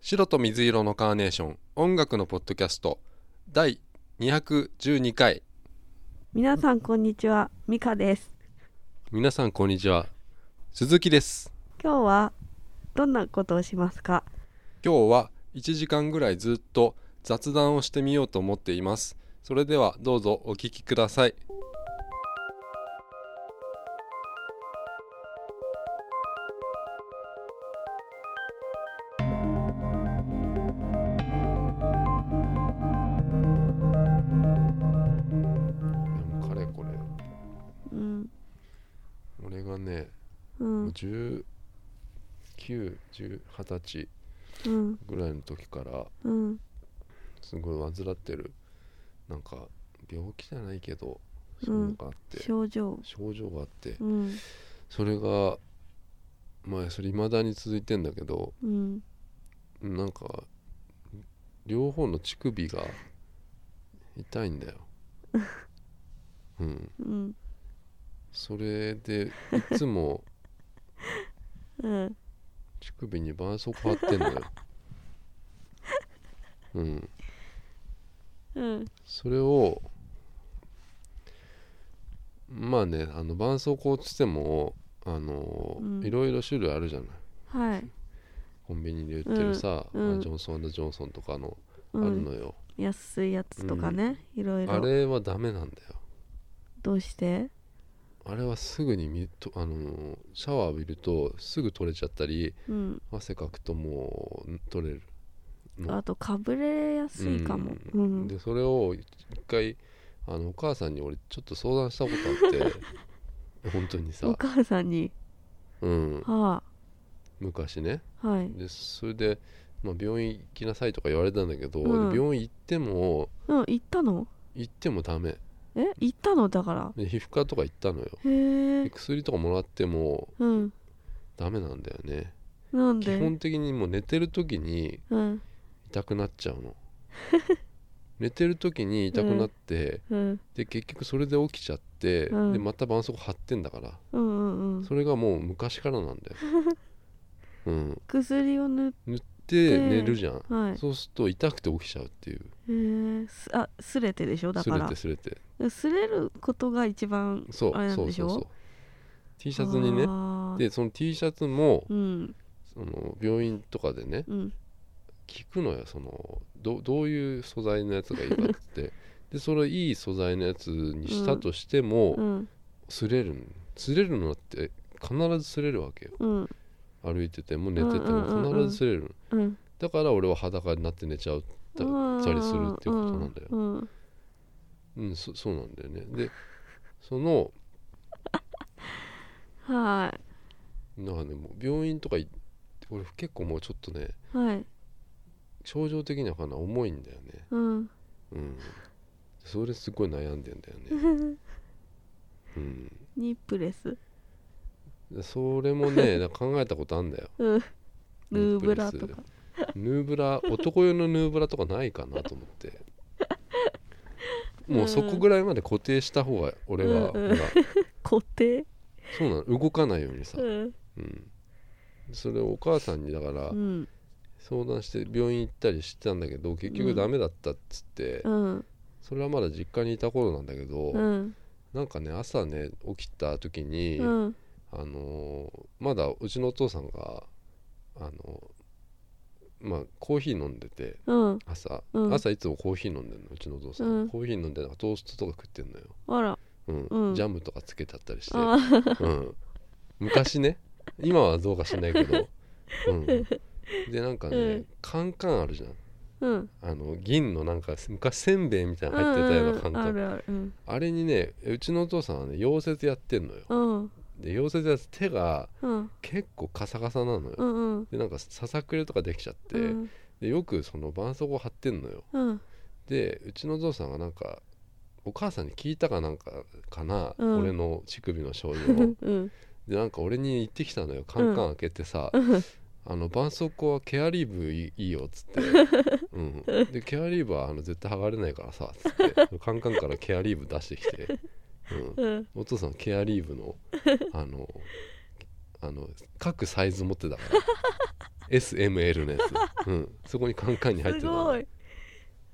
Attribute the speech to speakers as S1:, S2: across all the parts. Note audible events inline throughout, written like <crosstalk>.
S1: 白と水色のカーネーション音楽のポッドキャスト第212回
S2: 皆さんこんにちは、ミカです。
S1: 皆さんこんにちは鈴木です
S2: 今日はどんなことをしますか。
S1: 今日は1時間ぐらいずっと雑談をしてみようと思っていますそれではどうぞお聞きくださいかれこれ
S2: うん、
S1: 俺がね
S2: うん、
S1: 1920歳
S2: うん、
S1: ぐらいの時から
S2: うん、
S1: すごい患ってるなんか病気じゃないけど
S2: うん
S1: そういうのがあって、
S2: 症状。
S1: 症状があって
S2: うん、
S1: それがまあそれ未だに続いてんだけど
S2: うん、
S1: なんか両方の乳首が痛いんだ
S2: <laughs>
S1: ようん
S2: うん、
S1: それでいつも
S2: うん、
S1: 乳首に絆創膏貼ってん
S2: <laughs>
S1: だようん
S2: うん、
S1: それをまあねあの絆創膏っつってもあの、
S2: うん
S1: いろいろ種類あるじゃない
S2: はい、
S1: コンビニで売ってるさ、
S2: うんうん
S1: ジョンソンジョンソンとかの、
S2: う
S1: ある
S2: ん、
S1: のよ
S2: 安いやつとかね、いろい
S1: あ
S2: ろ。
S1: れはダメなんだよ
S2: どうして？
S1: あれはすぐにみとあのシャワー浴びるとすぐ取れちゃったり
S2: うん、
S1: 汗かくともうん取れるの
S2: あとかぶれやすいかも。う
S1: うん
S2: ん、
S1: でそれを一回あのお母さんに俺ちょっと相談したことあって
S2: <laughs>
S1: 本当に
S2: お
S1: さ、
S2: 母さんに、
S1: うん、
S2: は
S1: 昔ね
S2: あ、はい、
S1: でそれで、まあ、病院行きなさいとか言われたんだけど、
S2: うん
S1: 病院行っても
S2: うん、行ったの？
S1: 行ってもダメ
S2: え、行ったのだから。
S1: で皮膚科とか行ったのよ
S2: へ
S1: で
S2: え、
S1: 薬とかもらっても
S2: うん、
S1: ダメなんだよね
S2: なん
S1: 基
S2: で？
S1: 本的にもう寝てる時に
S2: うん、
S1: 痛くなっちゃう
S2: <laughs>
S1: の寝てる時に痛くなって、
S2: うん、
S1: で結局それで起きちゃって、
S2: うん
S1: でまた絆創膏貼ってんだから
S2: うん、うん、うん。
S1: それがもう昔から
S2: <laughs>
S1: なんだようん
S2: 薬を塗っ
S1: で
S2: で
S1: 寝るじゃん、
S2: はい。
S1: そうすると痛くて起きちゃうっていう
S2: へえすあすれてでしょだ
S1: す
S2: か
S1: れ
S2: ら
S1: てすれて
S2: すれることが一番
S1: そう
S2: あれなん
S1: そう
S2: でし
S1: そう
S2: ょ
S1: そう T シャツにね
S2: あー
S1: でその T シャツも
S2: うん
S1: その病院とかでね
S2: うん
S1: 聞くのよそのどどういう素材のやつがいいかっつって <laughs> でそれいい素材のやつにしたとしても、
S2: うん
S1: 擦れるん擦れるのって必ず擦れるわけよ
S2: うん
S1: 歩いてても寝てて
S2: うんうんうんうん
S1: も必ず擦れるの、
S2: うん
S1: だから俺は裸になって寝ちゃうだったりするっていうことなんだよ
S2: うんうん
S1: うんそそうなんだよねでその
S2: は
S1: なんかねもう病院とか行って俺結構もうちょっとね
S2: いはい
S1: 症状的にはかな重いんだよね
S2: うん
S1: うんそれすごい悩んでんだよね
S2: <laughs>
S1: うん
S2: ニップレス
S1: でそれも
S2: <laughs>
S1: ねだから考えたことあんだよ
S2: うんヌ
S1: ニ
S2: ー
S1: ップレ
S2: ブラ
S1: ス
S2: とか
S1: ヌーブラ男用のヌーブラとかないかなと思ってもうそこぐらいまで固定した方が俺は、
S2: うんうん
S1: ほら
S2: 固定
S1: そうなの動かないようにさ、
S2: うん
S1: うん、それをお母さんにだから
S2: うん
S1: 相談して病院行ったりしてたんだけど結局ダメだったっつって、
S2: うん
S1: それはまだ実家にいた頃なんだけど、
S2: うん
S1: なんかね朝ね起きた時に、
S2: うん
S1: あのーまだうちのお父さんがあのーまあコーヒー飲んでて
S2: うん
S1: 朝、
S2: うん
S1: 朝いつもコーヒー飲んでるのうちのお父さん、
S2: うん
S1: コーヒー飲んでなんかトーストとか食ってんのよ、
S2: あら
S1: うん
S2: うん
S1: ジャムとかつけてあったりして、
S2: あ
S1: うん、昔ね今はどうかしないけど、うん、でなんかね、
S2: うん
S1: カンカンあるじゃん
S2: うん
S1: あの銀のなんか昔せんべいみたいなの入ってたようなカンカン、
S2: うんうんあるあるうん
S1: あれにねうちのお父さんはね溶接やってんのよ
S2: うん
S1: で溶接やって手が
S2: うん
S1: 結構カサカサなのよ、
S2: うんうん
S1: でなんかささくれとかできちゃって、
S2: うん
S1: でよくその絆創膏貼ってんのよ
S2: うん
S1: でうちのお父さんがなんかお母さんに聞いたかなんかかな、
S2: うん
S1: 俺の乳首の症状
S2: う <laughs>
S1: を
S2: んうん
S1: でなんか俺に言ってきたのよカンカン開けてさ、あの絆創膏はケアリーブいいいいよっつ
S2: <laughs>
S1: って、うん、でケアリーブはあの絶対剥がれないからさっつってカンカンからケアリーブ
S2: <laughs>
S1: 出してきて、うん、
S2: うん <laughs>
S1: お父さんケアリーブのあのあの各サイズ持ってたから <laughs> SML のやつ、うん、そこにカンカンに入って
S2: す
S1: たの
S2: ごい、う、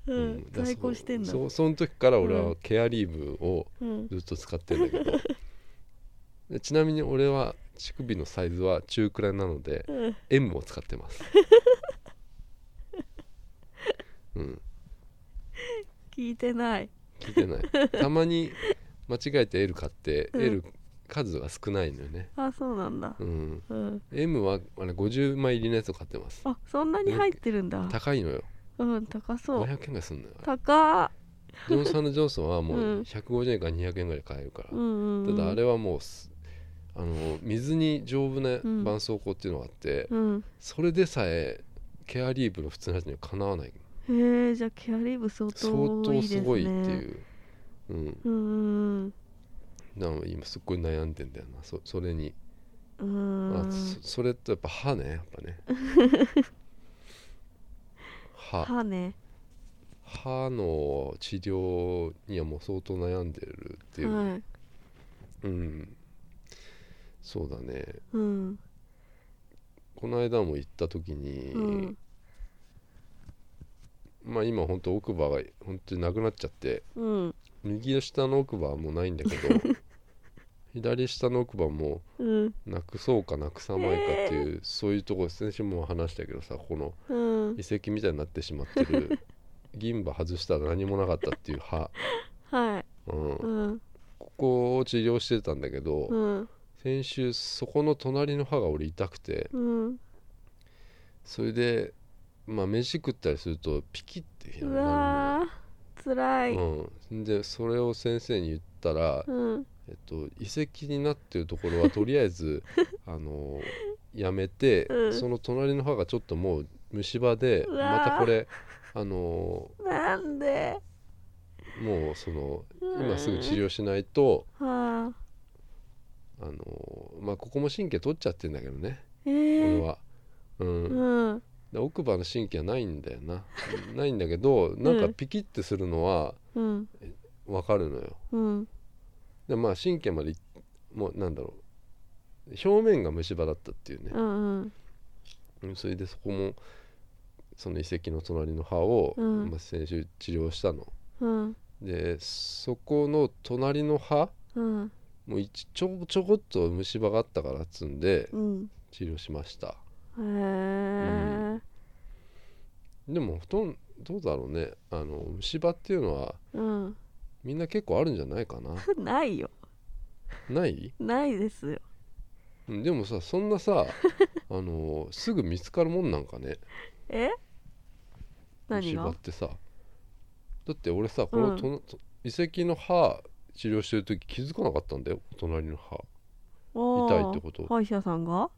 S1: うんだから
S2: 在庫してんだ
S1: そうその時から俺はケアリーブを
S2: うん
S1: ずっと使ってるんだけ
S2: <laughs>
S1: ど、でちなみに俺は乳首のサイズは中くらいなので
S2: うん
S1: M を使って
S2: <laughs>
S1: ますうん
S2: 聞いてない
S1: 聞いてないたまに間違えて L 買って、
S2: うん
S1: L 数が少ないのよね
S2: あそうなんだ
S1: うん
S2: うん、
S1: M はあれ50枚入りのやつを買ってます
S2: あそんなに入ってるんだ
S1: 高いのよ
S2: うん高そう
S1: 500円ぐらいすんのよあれ
S2: 高
S1: ジョンソンジョンソンはもう
S2: うん
S1: 150円から200円ぐらいで買えるから、
S2: うんうん
S1: ただあれ
S2: は
S1: はもうすあの水に丈夫なん絆創膏っていうのがあって、
S2: うん
S1: それでさえケアリーブの普通のやつにはかなわない
S2: へえじゃあケアリーブ相当
S1: 相
S2: 多い
S1: 当
S2: ですすね
S1: ごいっていううん
S2: うんうん
S1: なので今すっごい悩んでんだよなそそれに、
S2: うんう
S1: あ
S2: ん
S1: そそれとやっぱ歯ねやっぱ
S2: <laughs>
S1: ね歯
S2: 歯ね
S1: 歯の治療にはもう相当悩んでるっていう、
S2: はい
S1: うんそうだね
S2: うん
S1: この間も行った時に、
S2: うん
S1: まあ今本当奥歯が本当になくなっちゃって
S2: うん
S1: 右下の奥歯はもうないんだけど左下の奥歯も
S2: うん
S1: なくそうかなくさまいかっていう、そういうとこ先週も話したけどさこの
S2: うん
S1: 遺跡みたいになってしまってる銀歯外したら何もなかったっていう歯、
S2: はい
S1: うん
S2: う、ん
S1: ここを治療してたんだけど、
S2: うん
S1: 先週そこの隣の歯が俺痛くて
S2: うん
S1: それでまあ飯食ったりするとピキッてなる
S2: う
S1: のよ
S2: わーつらい
S1: うん、でそれを先生に言ったら、
S2: うん
S1: えっと、遺跡になってるところはとりあえ
S2: <laughs>
S1: ずあのやめて、
S2: うん
S1: その隣の歯がちょっともう虫歯で
S2: うわー
S1: またこれあの
S2: なんで
S1: もうその今すぐ治
S2: 療
S1: 療しないと、
S2: はあ
S1: あのまあ、ここも神経取っちゃってんだけどね
S2: え
S1: 俺
S2: ー
S1: は。う、
S2: うんん
S1: で奥歯の神経はないんだよなないんだけどなんかピキッてするのは
S2: うん
S1: わかるのよ。
S2: うん
S1: でまあ神経までいもうなんだろう表面が虫歯だったっていうね
S2: う、ん
S1: うんそれでそこもその遺跡の隣の歯を、
S2: うん
S1: まあ、先週治療したの
S2: うん
S1: でそこの隣の歯
S2: うん
S1: もう一ちょちょこっと虫歯があったからっつんで
S2: うん
S1: 治療しました
S2: へえ
S1: でもほとんどどうだろうねあの虫歯っていうのは
S2: うん
S1: みんな結構あるんじゃないかな
S2: ないよ
S1: ない
S2: ないですよ
S1: うんでもさそんな
S2: <laughs>
S1: さあのすぐ見つかるもんなんかね
S2: え何
S1: 虫歯
S2: が
S1: ってさだって俺さこのと、と遺跡の歯治療してる時気づかなかったんだよ隣の歯痛いってこと
S2: 歯医者さんが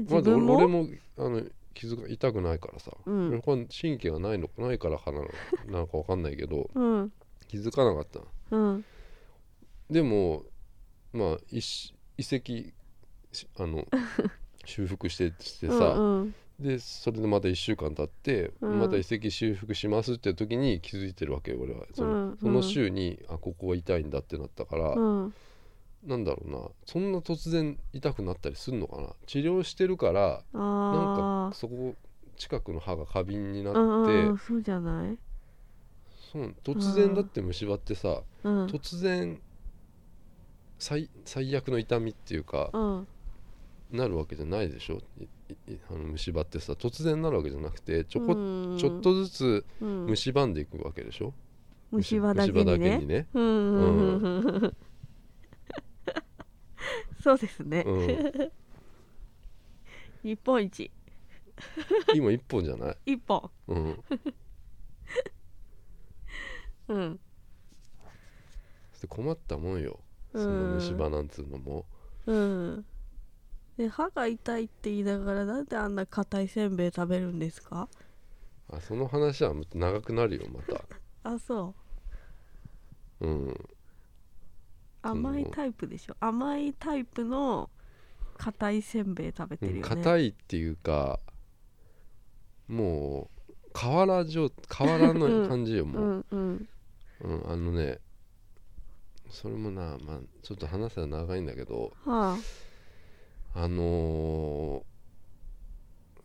S1: ま
S2: 自
S1: だ俺
S2: 分も,、
S1: 俺もあの気づか痛くないからさ、
S2: うん
S1: これ神経がないのないからかなのなのか分かんないけど
S2: うん
S1: 気づかなかったの
S2: うん
S1: でもまあ遺し遺跡しあ
S2: <laughs>
S1: の修復してしてさ、
S2: うんうん
S1: でそれでまた1週間経って、
S2: うん
S1: また遺跡修復しますって時に気づいてるわけよ俺はその,、
S2: うんうん
S1: その週にあここが痛いんだってなったから、
S2: うん
S1: なんだろうなそんな突然痛くなったりするのかな治療してるからなん
S2: あ
S1: かそこ近くの歯が過敏にな
S2: あ
S1: って、
S2: うんうんうんそうじゃない
S1: そう突然だって虫歯ってさ、
S2: うん
S1: 突然最最悪の痛みっていうか、
S2: うん
S1: なるわけじゃないでしょいいあの虫歯ってさ突然なるわけじゃなくてちょこ、
S2: うん
S1: ちょっとずつ
S2: うん
S1: 虫歯んでいくわけでしょ、
S2: 虫歯だけ
S1: 虫
S2: に
S1: 歯だけ
S2: ね
S1: にね
S2: うんうんうんうんそうですね、 <laughs>
S1: う
S2: 日本一
S1: ん、今一本じゃない、
S2: 一本
S1: うん、
S2: うん
S1: そして困ったもんよ
S2: うん
S1: その虫歯なんつうのも、
S2: うんで歯が痛いって言いながらなんであんな硬いせんべい食べるんですか
S1: あその話はもっと長くなるよまた、
S2: あそう <laughs>
S1: うん、
S2: 甘いタイプでしょ甘いタイプの硬いせんべい食べてるよね
S1: 硬いっていうかもう瓦状瓦の感じよ、
S2: <laughs> う
S1: もう、
S2: んうん
S1: うん、あのねそれもな、まあ、ちょっと話せば長いんだけど
S2: はあ
S1: あのー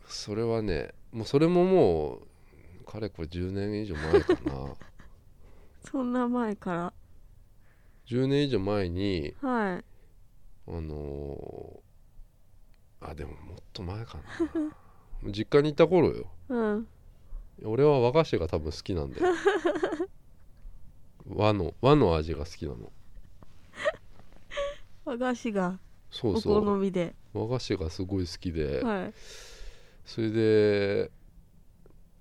S1: それはねもうそれももうかれこれ10年以上前か
S2: <laughs>
S1: な
S2: そんな前から
S1: 10年以上前に
S2: はい
S1: あのーあでももっと前かな実家にいた頃よ
S2: うん
S1: 俺は和菓子が多分好きなんだ
S2: <laughs>
S1: よ和の和の味が好きなの
S2: 和菓子が
S1: そう
S2: お
S1: そ
S2: 好
S1: う
S2: みで
S1: 和菓子がすごい好きで、
S2: はい
S1: それで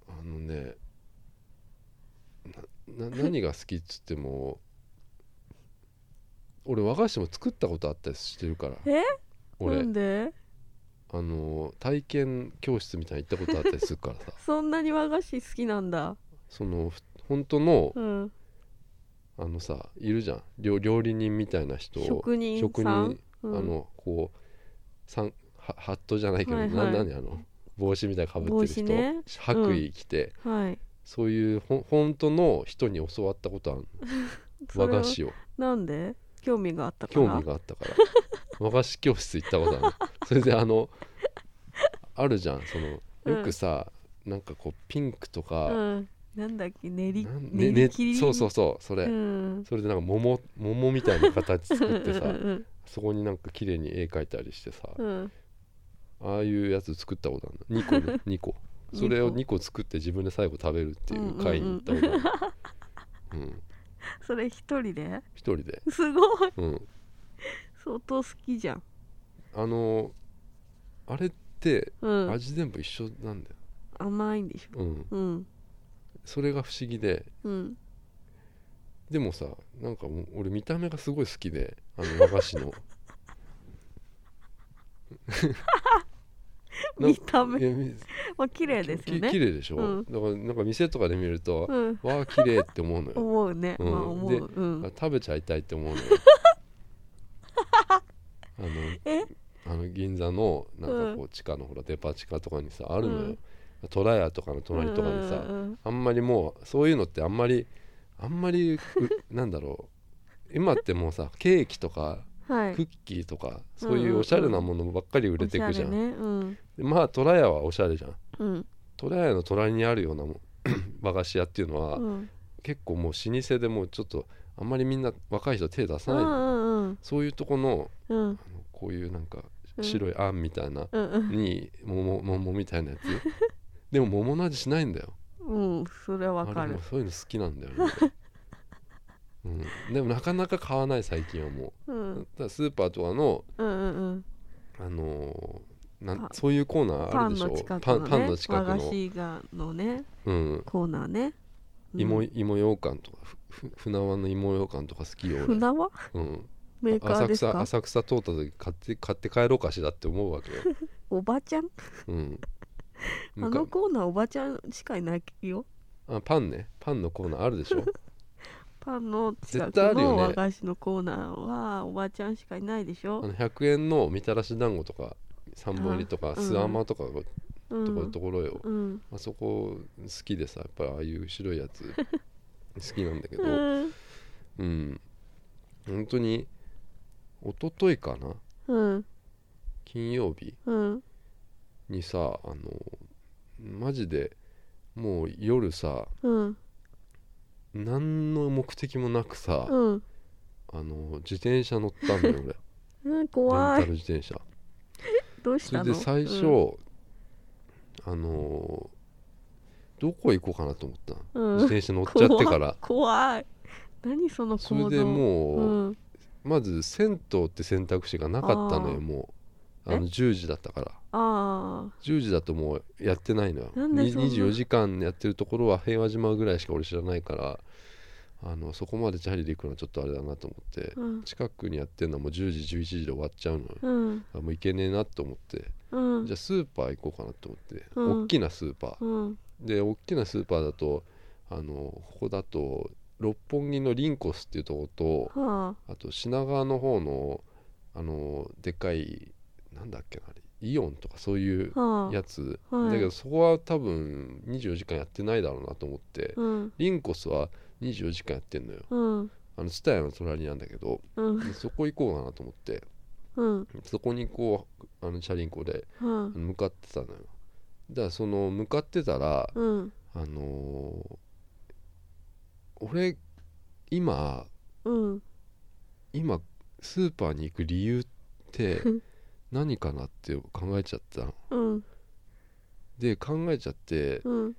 S1: あのねなな何が好きっつっても俺和菓子も作ったことあったりしてるから
S2: えな
S1: 俺
S2: んで
S1: あの体験教室みたいに行ったことあったりするから
S2: <laughs>
S1: さ
S2: そんなに和菓子好きなんだ
S1: そのふ本当の
S2: うん
S1: あのさいるじゃん料料理人みたいな人を
S2: 職人さん
S1: 職人
S2: うん
S1: あのこうさんはハットじゃないけど、
S2: はい
S1: な
S2: はい
S1: 何あの帽子みたいにかぶってる人、
S2: 帽子ね
S1: 白衣着て、
S2: はい
S1: そういうほん本当の人に教わったことある
S2: そ
S1: 和
S2: れは
S1: 菓子を
S2: なんで興味があったから
S1: 興味があった
S2: <laughs>
S1: から和菓子教室行ったことあるそれであのあるじゃんそのよくさ、なんかこうピンクと
S2: う
S1: か、
S2: んなんだっけ練り
S1: なん
S2: 練り切り
S1: そうそうそうそれ、
S2: うん
S1: それでなんか桃桃みたいな形作って
S2: う
S1: さ
S2: んうん
S1: そこになんか綺麗に絵描いたりしてさ、
S2: <laughs> うんうん
S1: ああいうやつ作ったことあるの2個ね2個それを2個作って自分で最後食べるっていう会に行ったことあるうん
S2: それ一人で
S1: 一人です
S2: ごい
S1: うん
S2: 相当好きじゃん
S1: あのあれって
S2: うん
S1: 味全部一緒なんだよ、
S2: 甘いんでしょ
S1: うん、
S2: うん
S1: それが不思議で
S2: うん
S1: でもさなんかもう俺見た目がすごい好きであの和菓子
S2: <laughs>
S1: のな
S2: 見た目
S1: いやみ
S2: まあ綺麗です
S1: き綺
S2: よね
S1: 麗でしょ、
S2: うん
S1: だからなんか店とかで見ると、
S2: うん
S1: わあ綺麗って思うのよ
S2: 思うね
S1: うん
S2: まあ思
S1: で
S2: ううん
S1: 食べちゃいたいって思
S2: <laughs>
S1: うのよあの
S2: え
S1: あの銀座のなんかこう地下のほらデパ地下とかにさあるのよ、トラヤとかの隣とかにさ、
S2: うんうんうん
S1: あんまりもうそういうのってあんまりあんまりう <laughs> なんだろう今ってもうさケーキとか
S2: はい
S1: クッキーとかそういうおしゃれなものばっかり売れてくじゃん、
S2: おしゃれねうん
S1: でまあトラヤはおしゃれじゃん
S2: うん
S1: トラヤの隣にあるようなもん <coughs> 和菓子屋っていうのは、
S2: うん
S1: 結構もう老舗でもうちょっとあんまりみんな若い人手出
S2: う
S1: さないの
S2: んうん
S1: そういうとこの
S2: うん
S1: あのこういうなんか
S2: うん
S1: 白いあんみたいな
S2: うんうん
S1: に桃桃みたいなやつ
S2: <laughs>
S1: でも桃の味しないんだよ
S2: うんそれはわか
S1: あれ
S2: る
S1: もそういうの好きなんだよね、
S2: <laughs>
S1: うん、でもなかなか買わない最近はも
S2: う
S1: う、
S2: ん
S1: ただスーパーとかの、
S2: うんうんうん
S1: あのーなん
S2: パン
S1: そういうコーナーあ
S2: パ
S1: る
S2: ン
S1: でしょ
S2: の近く
S1: パ
S2: の
S1: ン
S2: ね
S1: パンの近
S2: 和
S1: く
S2: 菓
S1: の、
S2: 子がのね
S1: うん、
S2: コーナーねうん
S1: 芋芋羊羹とかふふ船輪の芋羊羹とか好きよ俺、
S2: 船は
S1: うん、
S2: メーカー
S1: 浅
S2: です
S1: 草
S2: か
S1: 浅草通った時買って買って帰ろうかしらって思うわけよ、
S2: <laughs> おばちゃん
S1: うん、な
S2: あ
S1: んか
S2: のコーナーおばちゃんしかいないよ
S1: あパンねパンのコーナーあるでしょ
S2: パンの近
S1: 絶
S2: く
S1: 対あるよ
S2: の
S1: ね
S2: 和菓子のコーナーはおばちゃんしかいないでし
S1: あ
S2: ょ、
S1: の100円のみたらし団子とか三本入りと
S2: あ
S1: か
S2: うん
S1: すあまとかが
S2: うん、
S1: とこところよ、
S2: うん
S1: あそこ好きでさやっぱりああいう白いや
S2: <laughs>
S1: つ好きなんだけど
S2: うん
S1: うん本当に一昨日かな
S2: うん
S1: 金曜日
S2: うん
S1: にさあのマジでもう夜さ
S2: うん
S1: 何の目的もなくさ、
S2: うん
S1: あの自転車乗ったのよ俺レン
S2: うん
S1: タ
S2: <laughs> 怖い
S1: ル自転車
S2: どうし
S1: それ
S2: た
S1: で
S2: の
S1: 最初、
S2: うん
S1: あのーどこ行こうかなと思ったの、
S2: うん
S1: 自転車乗っちゃってから
S2: 怖怖い何その
S1: そ
S2: 行動
S1: れでもう、
S2: うん
S1: まず銭湯って選択肢がなかったの
S2: あ
S1: よ
S2: ー
S1: もう
S2: え
S1: あの10時だったから
S2: あ
S1: 10時だともうやってないのよ
S2: なんで
S1: に
S2: そんな
S1: 24時間やってるところは平和島ぐらいしか俺知らないからあのそこまでチャリで行くのはちょっとあれだなと思って
S2: あうん
S1: 近くにやってるのはもう10時11時で終わっちゃうのよ
S2: うん
S1: あもう行けねえなと思って
S2: うん
S1: じゃあスーパー行こうかなと思って、
S2: うん
S1: 大きなスーパー
S2: うん
S1: で大きなスーパーだとあのここだと六本木のリンコスっていうとこと
S2: は
S1: あと品川の方のあのでっかいなんだっけなあれイオンとかそういう
S2: あはあ
S1: やつ、
S2: はい
S1: だけどそこは多分24時間やってないだろうなと思って、
S2: うん
S1: リンコスは24時間やってんのよ
S2: うん
S1: あの蔦屋の隣なんだけど
S2: うん
S1: でそこ行こうかなと思って
S2: うん
S1: そこにこうあのチャリンコで
S2: うん
S1: 向かってたのよだからその向かってたら、
S2: うん
S1: あのー俺今
S2: うん
S1: 今スーパーに行く理由って
S2: <laughs> うん
S1: 何かなって考えちゃったの
S2: うん
S1: で考えちゃって
S2: うん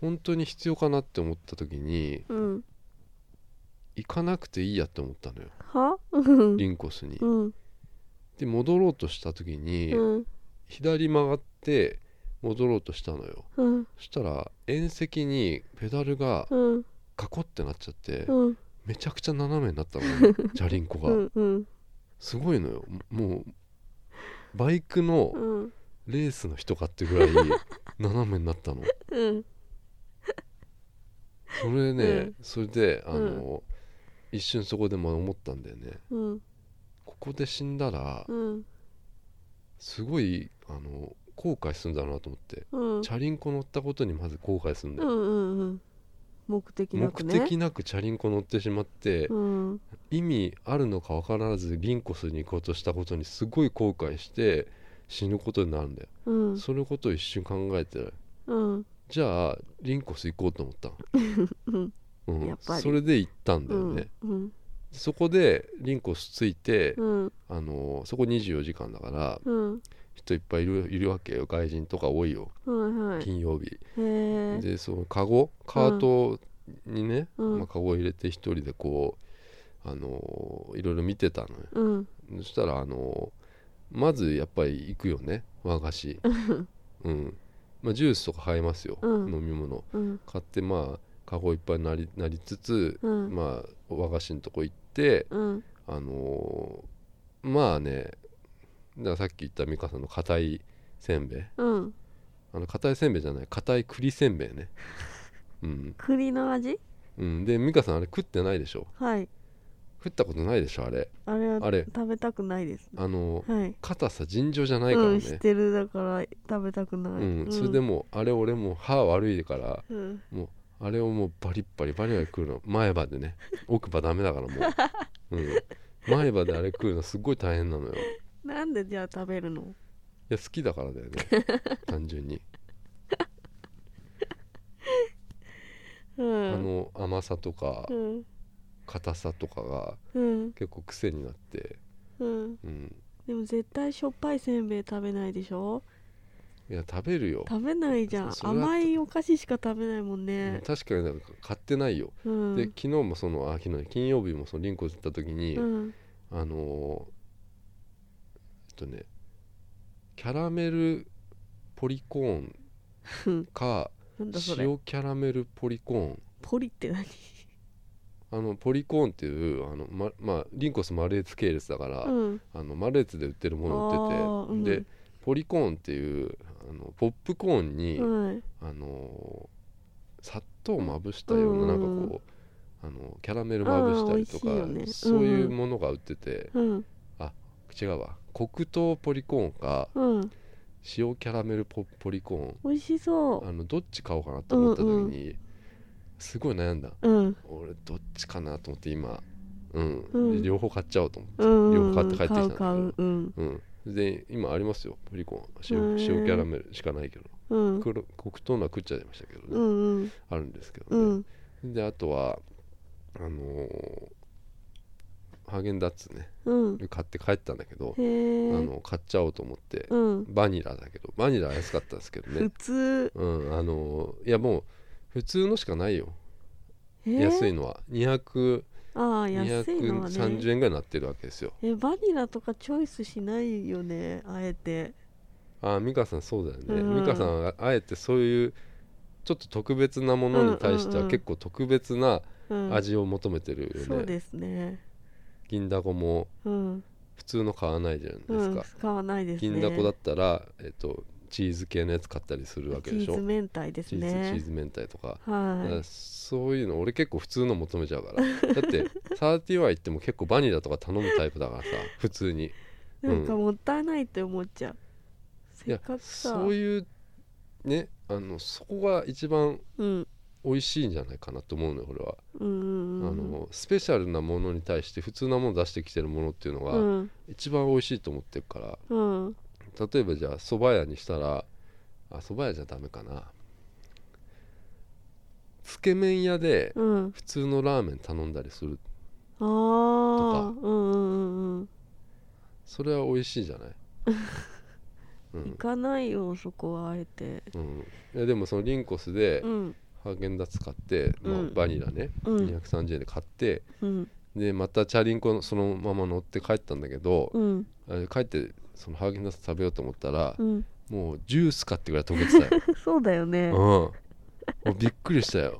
S1: 本当に必要かなって思った時に
S2: うん
S1: 行かなくていいやって思ったのよ
S2: はうん
S1: リンコスに
S2: うん
S1: で戻ろうとした時に
S2: うん
S1: 左曲がって戻ろうとしたのよ
S2: うん
S1: そしたら縁石にペダルが
S2: うん
S1: カコってなっちゃって
S2: うん
S1: めちゃくちゃ斜めになったの
S2: <laughs>
S1: よチャリンコ
S2: う
S1: が
S2: んうん
S1: すごいのよもうバイクの
S2: うん
S1: レースの人かってぐらい斜めになったの
S2: うん
S1: それでね、
S2: うん
S1: それであの、一瞬そこでも思ったんだよね
S2: うん
S1: ここで死んだら
S2: うん
S1: すごいあの後悔するんだろうなと思って
S2: うん
S1: チャリンコ乗ったことにまず後悔するんだ
S2: うん
S1: よ、
S2: うんうん目的な
S1: 目
S2: くね
S1: 的なくチャリンコ乗ってしまって、
S2: うん
S1: 意味あるのか分からずリンコスに行こうとしたことにすごい後悔して死ぬことになるんだよ、
S2: うん
S1: そのことを一瞬考えてる
S2: うん
S1: じゃあリンコス行こうと思ったの
S2: うん
S1: うん
S2: やっぱり
S1: それで行ったんだ
S2: う
S1: よね、
S2: んうん
S1: そこでリンコスついて、
S2: うん
S1: あのそこ24時間だから
S2: うん
S1: 人いっぱいいるいるわけよ外人とか多いよ
S2: はいはい
S1: 金曜日、
S2: へえ
S1: でそのカゴカートにね、
S2: うん
S1: まあ、カゴ入れて一人でこうあのいろいろ見てたのよ
S2: うん
S1: そしたらあのまずやっぱり行くよね和菓子うんまあ、ジュースとか買えますよ、
S2: うん
S1: 飲み物
S2: うん
S1: 買ってまあカゴいっぱいになりなりつつ、
S2: うん
S1: まあ和菓子のとこ行って、
S2: うん
S1: あのーまあねだからさっき言った美香さんの硬いせんべい
S2: うん
S1: あの硬いせんべいじゃない硬い栗せんべい
S2: <laughs>
S1: ねうん、
S2: 栗の味
S1: うん、で美香さんあれ食ってないでしょ
S2: はい
S1: 食ったことないでしょあれ
S2: あれは
S1: あれ
S2: 食べたくないです
S1: あのー
S2: はい
S1: 硬さ尋常じゃないから
S2: うん知っ
S1: ね
S2: てるだから食べたくない
S1: うん、それでもうあれ俺もう歯悪いから
S2: うん
S1: あれをもうバリッバリバリバリ食うの前歯でね奥歯ダメだから
S2: <laughs>
S1: もう、うん、前歯であれ食うのすっごい大変なのよい
S2: なんでじゃあ食べるの
S1: や好きだからだよね単純に
S2: うん
S1: あの甘さとか
S2: うん
S1: 硬さとかが
S2: うん
S1: 結構癖になって、
S2: うん
S1: うん、
S2: でも絶対しょっぱいせんべい食べないでしょ
S1: いや食べるよ、
S2: 食べないじゃん
S1: そそれは
S2: 甘いお菓子しか食べないもんね
S1: 確かになんか買ってないよ、
S2: うん
S1: で昨日もそのあ昨日金曜日もそのリンコ行った時に、
S2: うん
S1: あのーえっとねキャラメルポリコーン
S2: <laughs> うん
S1: か
S2: なんだそれ
S1: 塩キャラメルポリコーン
S2: ポリって何
S1: あのポリコーンっていうあのままあリンコスマルエツ系列だから、
S2: うん
S1: あのマルエツで売ってるもの売ってて、
S2: あーうん
S1: でポリコーンっていうあのポップコーンに、
S2: はい
S1: あのー砂糖をまぶしたようななんかこうあのキャラメルまぶしたりとか
S2: あー美味しいよねうん
S1: そういうものが売ってて、
S2: うん
S1: 違うわ黒糖ポリコーンか
S2: うん
S1: 塩キャラメルポポリコ
S2: 美味し
S1: ーン
S2: そ
S1: あのどっち買おうかなと思った時
S2: うん
S1: に、すごい悩んだ
S2: ううん
S1: 俺どっちかなと思って今、うん
S2: うん
S1: 両方買っちゃおうと思って、
S2: うん
S1: 両方買って帰ってきたんだ
S2: 買
S1: け
S2: う
S1: ど
S2: 買ううん
S1: うん、で今ありますよポリコー
S2: へ
S1: ン
S2: ー
S1: 塩塩キャラメルしかないけど
S2: うん
S1: 黒黒糖のは食っちゃいましたけどね、
S2: うんうん
S1: あるんですけど
S2: う
S1: ね、
S2: ん
S1: であとはあのーハーゲンダッツね
S2: うん
S1: 買って帰ったんだけど、
S2: へ
S1: あ
S2: え
S1: の買っちゃおうと思って、
S2: うん
S1: バニラだけどバニラ安かったんですけど
S2: 普
S1: ね、
S2: 通
S1: うんあのーいやもう普通のしかないよ、
S2: え
S1: 安
S2: い
S1: いのは200
S2: ああ安いのはね
S1: 230円ぐらいになってるわけですよ
S2: えバニラとかチョイスしないよねあえて
S1: ああ美香さんそうだよね
S2: うん
S1: 美香さんはあえてそういうちょっと特別なものに対して
S2: うんうんう
S1: は
S2: ん
S1: 結構特別な
S2: うん
S1: 味を求めてるよね、
S2: そうですね
S1: 銀だこも
S2: うん
S1: 普通の買わないじゃないですか、
S2: うん使わないですね
S1: 銀だこだったら、えっと、チーズ系のやつ買ったりするわけでしょ
S2: チーズ明太です
S1: チーズチ
S2: ね
S1: ーズ明太とか,、だか
S2: は
S1: らそういうの俺結構普通の求めちゃうから
S2: <laughs>
S1: だってサーティワン行っても結構バニラとか頼むタイプだからさ普通に
S2: いなんかもったいないって思っちゃう
S1: い
S2: せっ
S1: や
S2: かくさ
S1: そういうねあのそこが一番
S2: うん
S1: 美味しいんじゃないかなと思うのよ俺は、
S2: うんうん
S1: あのスペシャルなものに対して普通なもの出してきてるものっていうの
S2: う
S1: が
S2: ん
S1: 一番美味しいと思ってるから
S2: うん
S1: 例えばじゃあ蕎麦屋にしたらあ蕎麦屋じゃダメかなつけ麺屋で
S2: うん
S1: 普通のラーメン頼んだりする
S2: ああ
S1: と
S2: うんうんうん
S1: それは美味しいじゃ
S2: <laughs>
S1: ない、う
S2: 行
S1: ん
S2: かないよそこはあえて
S1: うん、いやでもそのリンコスで
S2: うん
S1: ハーゲンダッツ買って、まあ
S2: うん
S1: バニラね、
S2: うん
S1: 230円で買って
S2: うん
S1: でまたチャリンコのそのまま乗って帰ったんだけど、
S2: うん
S1: あれ帰ってそのハーゲンダッツ食べようと思ったら、
S2: うん
S1: もうジュース買ってぐらい溶けてたよ、
S2: <laughs> そうだよね
S1: うん、もうびっくりしたよ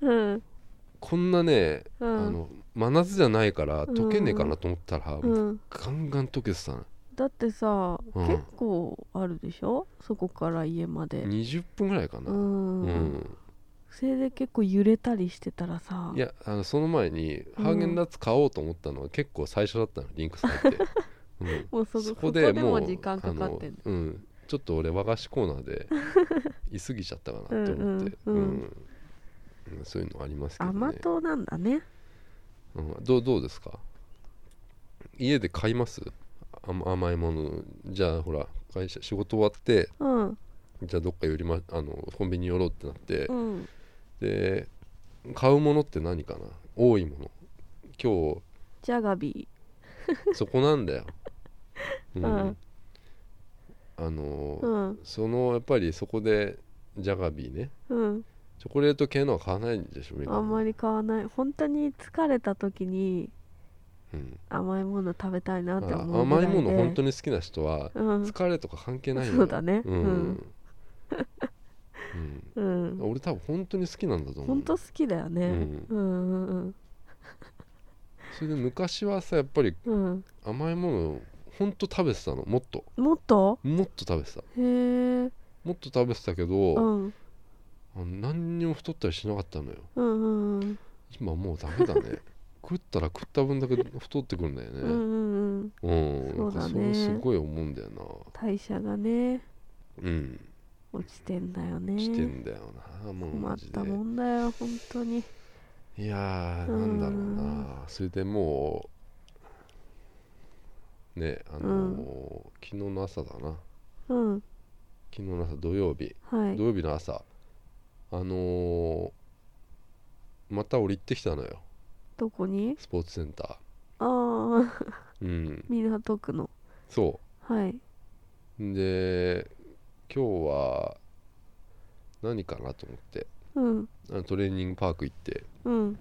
S2: うん
S1: こんなね、
S2: う
S1: あ
S2: ん
S1: の真夏じゃないから溶けねえかなと思ったら、
S2: うん
S1: ガンガン溶けてたの
S2: だってさ
S1: うん
S2: 結構あるでしょそこから家まで
S1: 20分ぐらいかな、
S2: う
S1: うん
S2: それで結構揺れたりしてたらさ
S1: いやあのその前に
S2: うん
S1: ハーゲンダッツ買おうと思ったのは結構最初だったのリンクス
S2: <laughs>
S1: 入って、うん
S2: もうそ
S1: そ
S2: こそこ
S1: こ
S2: で
S1: で
S2: も
S1: も
S2: う
S1: う
S2: 時間かかってんだ
S1: あのうん、ちょっと俺和菓子コーナー
S2: <laughs>
S1: で居過ぎちゃったかなと思って
S2: うんうんうん
S1: うんそういうのありますけど
S2: 甘
S1: ね、
S2: 党なんだね
S1: うん、どうどうですか家で買いますあ甘いものじゃあほら会社仕事終わって
S2: うん
S1: じゃあどっか寄りまあのコンビニ寄ろうってなって
S2: う、ん
S1: で買うものって何かな多いもの今日
S2: ジャガビ
S1: そこなん
S2: <laughs>
S1: だよ。うん
S2: うん
S1: あのー
S2: ーうん
S1: そのやっぱりそこでジャガビーね
S2: うん
S1: チョコレート系のは買わないんでしょみんな
S2: あんまり買わない本当に疲れた時に
S1: うん、
S2: 甘いもの食べたいな
S1: あ
S2: って思うぐら
S1: 甘
S2: い
S1: い
S2: で
S1: もの本当
S2: に
S1: に好きな人は
S2: うん
S1: 疲れとか関係ないよ
S2: そうだね
S1: うん、
S2: うんうん
S1: うん俺多分本当に好きなんだと思う
S2: 本当好きだよね
S1: うん
S2: うんうん
S1: それで昔はさやっぱり
S2: うんうん
S1: 甘いものを本当食べてたのもっと
S2: もっと
S1: もっと食べてた
S2: へえ
S1: もっと食べてたけ
S2: う
S1: ど、
S2: ん
S1: あの何にも太ったりしなかったのよ
S2: うんうんうん
S1: 今もうダメだね <laughs> 食ったら食った分だけ太ってくるんだよね
S2: うんうんうん
S1: うん
S2: そう
S1: なんか
S2: だね
S1: それすごい思うんだよな
S2: 代謝がね
S1: うん
S2: 落ちてんだよね
S1: してんだよなもう
S2: 困
S1: マ
S2: っ
S1: ジで
S2: たもんだよ本当に
S1: いやーなんだろうなそれでもうねあのー昨日の朝だな
S2: うん
S1: 昨日の朝土曜日
S2: はい
S1: 土曜日の朝あのーまた降りてきたのよ
S2: どこに
S1: スポーツセンタ
S2: ああ
S1: ーうん
S2: <laughs> 港区の
S1: そう
S2: はい
S1: で今日は何かなと思って
S2: うん
S1: あのトレーニングパーク行って
S2: うん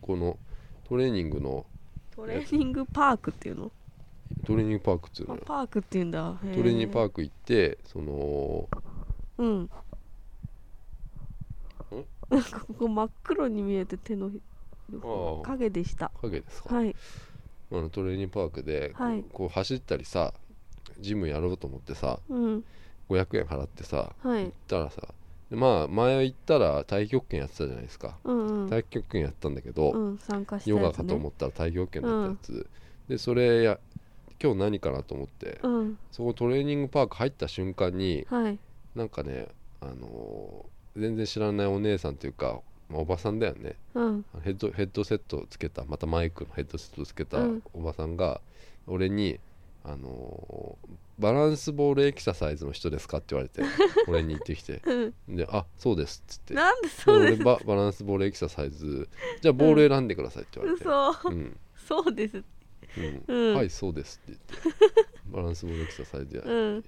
S1: このトレーニングの
S2: トレーニングパークっていうの
S1: トレーニングパークっていう
S2: あ
S1: のよ
S2: パークっていうんだ
S1: トレーニングパ
S2: ーク
S1: ーク行ってその
S2: うんなんか <laughs> ここ真っ黒に見えて手のひ
S1: ああ
S2: 影でした
S1: 影ですか、
S2: はい
S1: あのトレーニングパークで、
S2: はい
S1: こう走ったりさジムやろうと思ってさ
S2: うん
S1: 500円払ってさ
S2: はい
S1: 行ったらさでまあ前行ったら太極拳やってたじゃないですか
S2: うんうん
S1: 太極拳やったんだけど、
S2: うん参加した
S1: ヨ
S2: や
S1: ガ
S2: つ
S1: かと思
S2: ね
S1: ったら太極拳だったやつ、でそれや今日何かなと思って
S2: うん
S1: そこトレーニングパーク入った瞬間に
S2: はい
S1: なんかね、あのー全然知らないお姉さんというか、まあおばさんだよね
S2: うん
S1: ヘッドヘッドセットをつけたまたマイクのヘッドセットをつけた
S2: うん
S1: おばさんが俺に、あのーバランスボールエクササイズの人ですか?」って言わ
S2: <laughs>
S1: れて俺に言ってきて
S2: うん
S1: 「であそうです」っつって
S2: なんでそう
S1: 俺
S2: です
S1: ババランスボールエクササイズじゃあボール選んでください」って言われて「
S2: 嘘
S1: うん
S2: そうです
S1: うん
S2: うん
S1: はいそうです」って言って「バランスボールエクササイズや」
S2: うん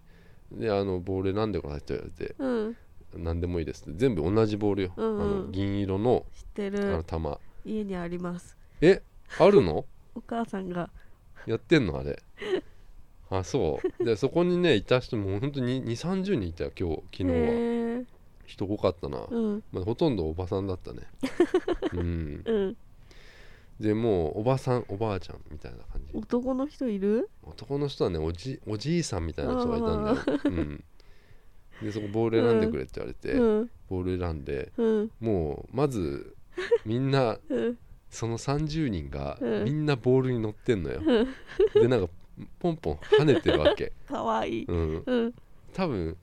S1: であのボール選んでくださいって言われて
S2: うん
S1: 何でもいいですって全部同じボールよ、
S2: うんうん
S1: あの銀色の
S2: 知って
S1: あの
S2: る
S1: 球
S2: 家にあります
S1: えあるの
S2: お母さんが
S1: やってんのあれあそうでそこにねいた人もうほんとに2 3 0人いたよ今日昨日は
S2: へえ
S1: 人多かったな、
S2: うん
S1: まあ、ほとんどおばさんだ
S2: <laughs>
S1: ったねうん
S2: うん
S1: でもうおばさんおばあちゃんみたいな感じ
S2: 男の人いる
S1: 男の人はねおじおじいさんみたいな人がいたんだよ、うん、でそこボール選んでくれって言われて、
S2: うん
S1: ボール選んで
S2: うん
S1: もうまずみんな
S2: うん
S1: その30人が
S2: うん
S1: みんなボールに乗ってんのよ、
S2: うん
S1: でなんかポンポン跳ねてるわけ、
S2: かわいい
S1: うん、
S2: うん
S1: 多分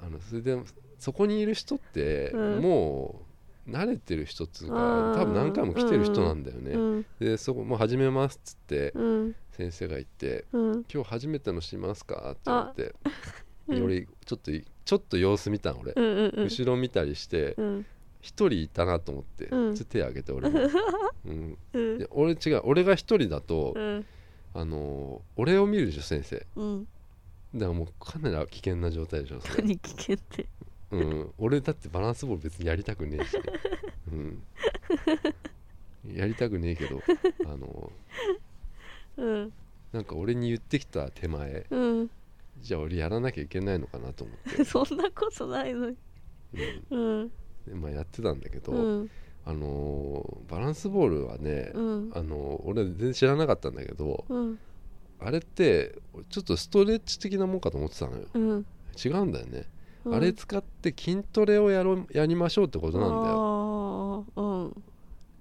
S1: あのそれでそこにいる人って
S2: うん
S1: もう慣れてる人っつうか
S2: あー
S1: 多分何回も来てる人なんだよね、
S2: うん
S1: でそこもう始めますっつって
S2: うん
S1: 先生が言って
S2: うん
S1: 「今日初めてのしますか?」って言って
S2: うん
S1: よりちょっとちょっと様子見たの俺、
S2: うんうんうん
S1: 後ろ見たりして
S2: うん
S1: 一人いたなと思って、
S2: うん
S1: ちょっと手挙げて俺も、
S2: <laughs>
S1: うん、
S2: うん
S1: で俺違う俺が一人だと、
S2: うん
S1: あのー俺を見るでしょ先生
S2: うん
S1: だからもうかなり危険な状態でしょそ
S2: <laughs>
S1: れ
S2: 何危険って
S1: うん、俺だってバランスボール別にやりたくねえし、うん、 <laughs> やりたくねえけどあの
S2: うん
S1: なんか俺に言ってきた手前
S2: うん
S1: じゃあ俺やらなきゃいけないのかなと思
S2: <laughs>
S1: って、
S2: そんなことないのに
S1: うん
S2: うん
S1: でまあ、やってたんだけど、
S2: うん
S1: あのーバランスボールはね、
S2: うん
S1: あのー俺全然知らなかったんだけど
S2: うん
S1: あれってちょっとストレッチ的なもんかと思ってたのよ
S2: うん
S1: 違うんだよね、
S2: うん
S1: あれ使って筋トレをやろうやりましょうってことなんだよ
S2: あー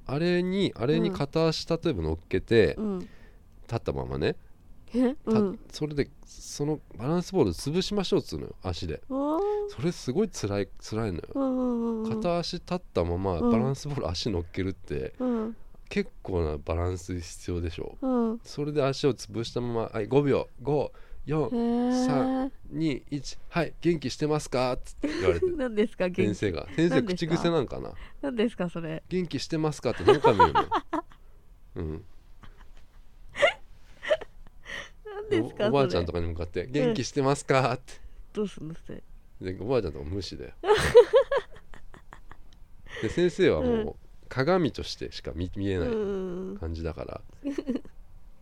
S1: あれにあれに片足例えば乗っけて、
S2: うんうん
S1: 立ったままね、
S2: え
S1: た
S2: うん
S1: それでそのバランスボール潰しましょうっつうのよ足で
S2: わ
S1: それすごい辛い辛いのよ
S2: ーうんうんうんうん
S1: 片足立ったまま
S2: うん
S1: バランスボール足乗っけるって
S2: うん
S1: 結構なバランス必要でしょ
S2: うん
S1: それで足を潰したままはい5秒
S2: へ
S1: 541
S2: ー
S1: はい元気してますかっつって言われて
S2: 何ですか <laughs>
S1: 先
S2: 元気
S1: 生が先生
S2: 何です
S1: 口
S2: か
S1: 癖なんかな
S2: 何ですかそれ
S1: 元気してますかって何回も言
S2: <laughs>
S1: うのようん
S2: 何ですか
S1: おおばあち
S2: そ
S1: ゃ
S2: れ
S1: んとかに向かって「元気してますか?」って
S2: どうすんのそれ
S1: でおばあちゃんとか無視
S2: <laughs>
S1: だよで先生は
S2: う
S1: もう鏡としてしか見見え
S2: う
S1: なんい
S2: うん
S1: 感じだから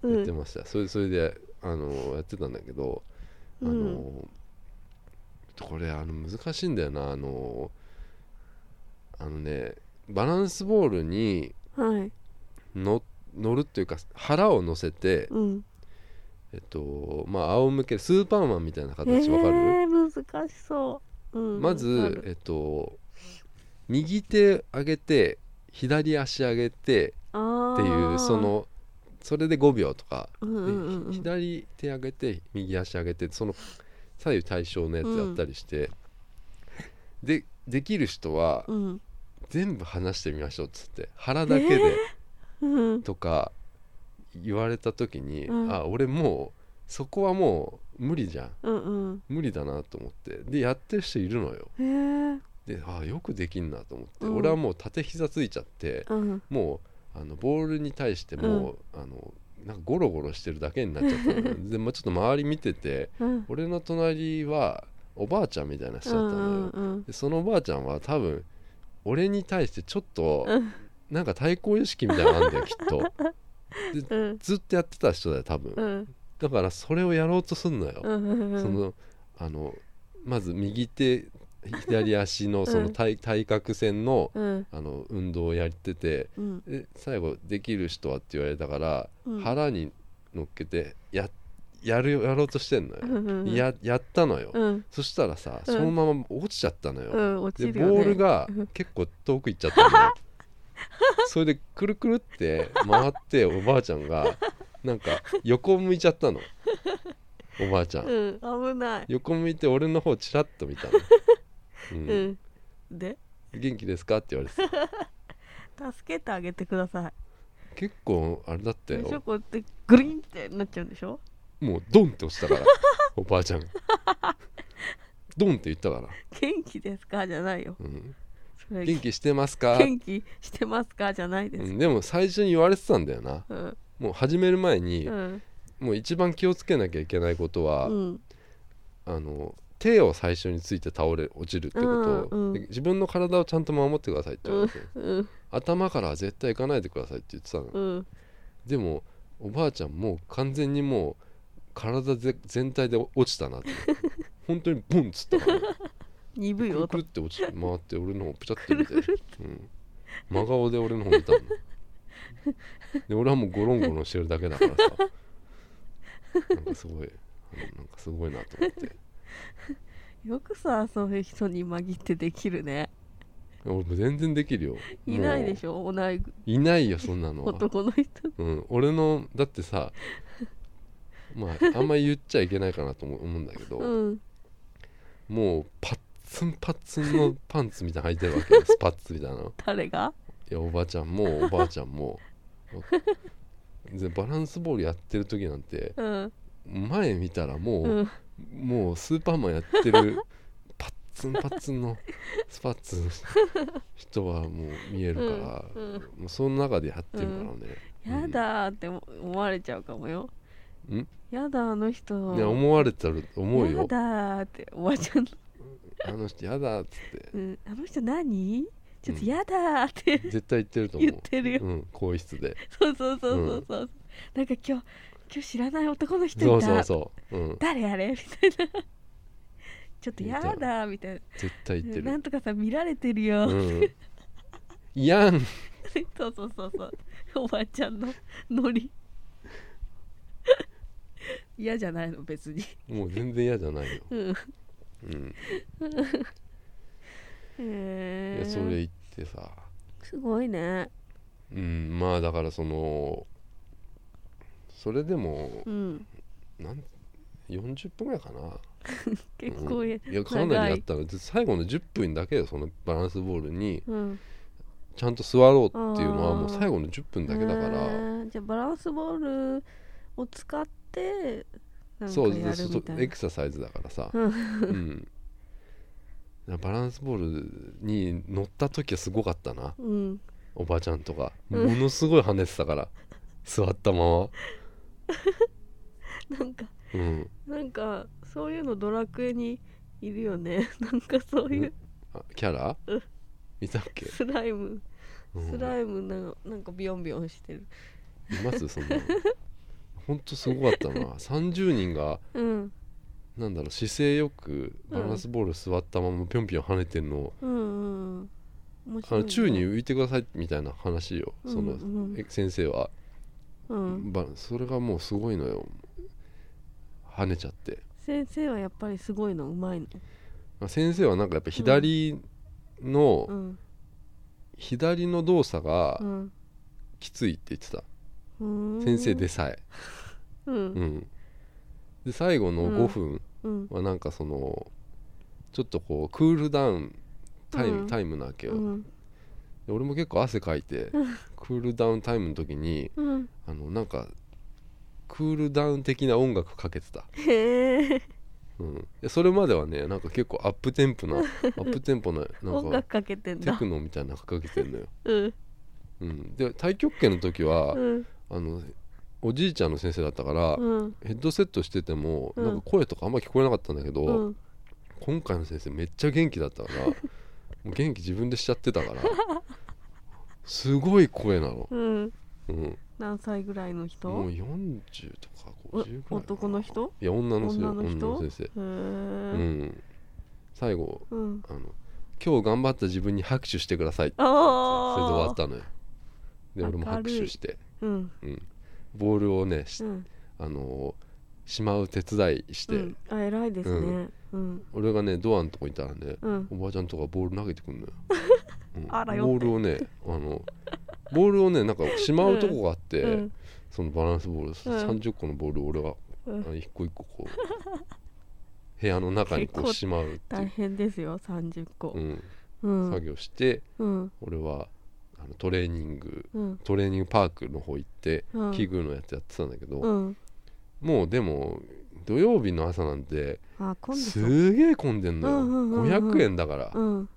S2: うん
S1: やってました、それそれであのやってたんだけどあの、
S2: うん
S1: これあの難しいんだよなあのあのねバランスボールに
S2: はい
S1: の乗るっていうか腹を乗せて、
S2: うん
S1: えっとまあ仰向けスーパーマンみたいな
S2: え
S1: 形わかる、
S2: ー難しそううん
S1: ま
S2: わか
S1: ず、
S2: る
S1: えっと、右手上げて左足上げて
S2: あー
S1: っていうそのそれで5秒とか、
S2: うん
S1: で
S2: うんうんうん
S1: ひ左手上げて右足上げてその左右対称のやつやったりして、でできる人は
S2: うん
S1: 全部話してみましょうっつって腹だけで
S2: うん
S1: とか言われた時に、
S2: うん
S1: あ俺もうそこはもう無理じゃん
S2: うんうん
S1: 無理だなと思ってでやってる人いるのよ。
S2: へえ
S1: でああよくできんなと思って、
S2: うん
S1: 俺はもう縦膝ついちゃって
S2: うん
S1: もうあのボールに対してもう、あのなんかゴロゴロしてるだけになっちゃったのよ
S2: <laughs>
S1: でもうちょっと周り見てて
S2: うん
S1: 俺の隣はおばあちゃんみたいな人だったのよ、
S2: うん
S1: でそのおばあちゃんは多分俺に対してちょっと
S2: うん
S1: なんか対抗意識みたいなのあんだよきっ
S2: <laughs>
S1: と
S2: うん
S1: ずっとやってた人だよ多分
S2: うん
S1: だからそれをやろうとすんのよ、
S2: うんうんうん
S1: そのあのまず右手左足のその対,、対角線の、
S2: うん
S1: あの運動をやってて
S2: うん
S1: で最後「できる人は?」って言われたから、
S2: うん
S1: 腹に乗っけてややるやろうとしてんのよ、
S2: うんうんうん
S1: ややったのよ、
S2: うん
S1: そしたらさ
S2: うん
S1: そのまま落ちちゃったのよ、
S2: うん落
S1: で
S2: ちるよね
S1: ボールが
S2: うん
S1: 結構遠く行っちゃったのよ <laughs> それでくるくるって回っておばあちゃんがなんか横向いちゃったのおばあちゃん、
S2: うん危ない
S1: 横向いて俺の方チラッと見たの、うん
S2: うんで
S1: 元気ですか?」って言われてた
S2: 助けてあげてください
S1: 結構あれだった
S2: でしょ
S1: よ
S2: こうやってグリンってなっちゃうんでしょ
S1: もうドンって押したからおばあちゃんがドンって言ったから、
S2: 元気ですかじゃないよ
S1: うん、
S2: それ
S1: 元気してますか、
S2: 元気してますかじゃないで
S1: う
S2: す
S1: んでも最初に言われてたんだよな
S2: うん
S1: もう始める前に、
S2: うん
S1: もう一番気をつけなきゃいけないことは、
S2: うん
S1: あの手を最初について倒れ落ちるってこと、
S2: うんうん
S1: で自分の体をちゃんと守ってくださいって言われて、
S2: うん
S1: 頭からは絶対行かないでくださいって言ってたの、
S2: うん
S1: でもおばあちゃんもう完全にもう体ぜ全体で落ちたなって
S2: <laughs>
S1: 本当にボンっつったから、
S2: 鈍い
S1: くるくる
S2: 音
S1: って落ちて回って俺の方ピチャって見て、うん、真顔で俺の方見たので俺はもうゴロンゴロンしてるだけだからさなんかすごいうんなんかすごいなと思って
S2: よくさそういう人に紛ってできるね
S1: 俺も全然できるよ
S2: いないでし
S1: ょ
S2: ょ同い
S1: いないよそんなのは、
S2: 男の人
S1: うん、俺のだってさまああんまり言っちゃいけないかなと思う思うんだけど、
S2: うん
S1: もうパッツンパツンのパンツみたいなの履いてるわけよスパッツみたいなの
S2: 誰が
S1: いやおばあちゃんもおばあちゃんもでバランスボールやってる時なんて
S2: うん
S1: 前見たらもう、
S2: うん
S1: もうスーパーマンやってるパッツンパッツンのスパッツの人はもう見えるから、
S2: うんうん
S1: もうその中でやってるからね、
S2: やだーって思われちゃうかもよ
S1: ん
S2: やだあの人
S1: いや思われてる思う
S2: や
S1: よ
S2: だーっておばちゃんの、
S1: あの人やだっつって
S2: うん、あの人何ちょっとやだーって、
S1: 絶対言ってると思う
S2: 言ってるよ
S1: うん、更衣室で
S2: そうそうそうそうそう、なんか今日今日知らない男の人いた
S1: そうそうそう、うん、
S2: 誰あれみたいなちょっとや
S1: いた
S2: だーみたいな
S1: 絶対言って
S2: な
S1: る
S2: んとかさん見られてるよ、
S1: うんいやん
S2: <laughs> そうそうそうそうおばあちゃんのノ
S1: <laughs>
S2: リ嫌じゃないの別に
S1: もう全然嫌じゃないよ、
S2: うん
S1: うん、い
S2: へ
S1: や
S2: ー
S1: それ言ってさ
S2: すごいね
S1: うんまあだからそのそれでも
S2: うん
S1: なん40分ぐらいかな
S2: 結構や、
S1: うんいやかなりやったので最後の10分だけよそのバランスボールに
S2: うん
S1: ちゃんと座ろうっていうのは
S2: あー
S1: もう最後の10分だけだから、
S2: へーじゃあバランスボールを使ってなんか
S1: そう
S2: やる
S1: でそう
S2: みた
S1: エ
S2: いな
S1: クササイズだからさ、
S2: うん
S1: うん、バランスボールに乗った時はすごかったな
S2: うん
S1: おばあちゃんとか
S2: うん
S1: ものすごい跳ねてたから、座ったまま、
S2: なんか
S1: うん、
S2: なんかそういうのドラクエにいるよね <laughs> なんかそういう
S1: あキャラ
S2: うん
S1: いたっけ、
S2: スライム
S1: うん
S2: スライムなんかなんかビヨンビヨンしてる
S1: いますそんなのほんとすごかった
S2: <laughs>
S1: な30人が
S2: うん
S1: なんだろう姿勢よくバランスボール座ったままぴょんぴょん跳ねてんのを、
S2: うんうん面
S1: あ
S2: 白い
S1: の
S2: な
S1: 宙に浮いてくださいみたいな話よ、その、
S2: うんうん
S1: え先生は、
S2: うん
S1: ばそれがもうすごいのよ跳ねちゃって、
S2: 先生はやっぱりすごいのうまいの
S1: まあ先生はなんかやっぱ左の、
S2: うん
S1: 左の動作が
S2: うん
S1: きついって言ってた、
S2: うーん
S1: 先生でさえ、
S2: う
S1: うんん、で最後の
S2: うん
S1: 5分
S2: うん
S1: はなんかそのちょっとこうクールダウンタイム,、
S2: うん
S1: タイムなわけ
S2: う
S1: よ、
S2: ん
S1: で俺も結構汗かいてクールダウンタイムの時に
S2: うん
S1: あのなんかクールダウン的な音楽かけてた、
S2: へえ
S1: うん、でそれまではねなんか結構アップテンポ
S2: <laughs>
S1: なアップテンポななん
S2: 音
S1: か
S2: 楽かけてん
S1: テ
S2: だ
S1: クノみたいなのかけてんのよ、
S2: う
S1: う
S2: ん
S1: ん、で太極拳の時は、
S2: うん
S1: あのおじいちゃんの先生だったから、
S2: うん
S1: ヘッドセットしてても、
S2: うん
S1: なんか声とかあんま聞こえなかったんだけど、
S2: うん
S1: 今回の先生めっちゃ元気だったからもう元気自分でしちゃってたからすごい声なの、
S2: うん
S1: うん、
S2: 何歳ぐらいの人
S1: もう40とか50ぐらいかな
S2: 男の人
S1: いや女の先生
S2: 女の人
S1: 女の先
S2: へえ
S1: 生、うん、最後
S2: うん
S1: あの「今日頑張った自分に拍手してください」って
S2: あ
S1: それで終わ
S2: あ
S1: ったのよで俺も拍手して、
S2: うん
S1: うん、ボールをねし
S2: うん
S1: あのーしまう手伝いして、
S2: うんあ偉いですねうん
S1: 俺がねドアのとこにいたらね、
S2: うん
S1: おばあちゃんとかボール投げてく
S2: <laughs>
S1: んのよ、うん
S2: あらよっ
S1: ボー
S2: て
S1: ルをねあのボールをねなんかしまうとこがあって、
S2: うん
S1: そのバランスボール、
S2: ん
S1: 30個のボールを俺が
S2: うん
S1: あの一個一個こう部屋の中にこう
S2: 結構
S1: しまうってい
S2: 大
S1: う、
S2: 変ですよ30個
S1: うん、
S2: うん
S1: 作業して
S2: うん
S1: 俺はあのトレーニング
S2: うん
S1: トレーニングパークの方行って、
S2: うん
S1: 器具のやつやってたんだけど、
S2: うん
S1: もうでも土曜日の朝なんて
S2: あ今度そう
S1: すげえ混んでんのよ、
S2: うんうんうんうん
S1: 500円だから、
S2: うん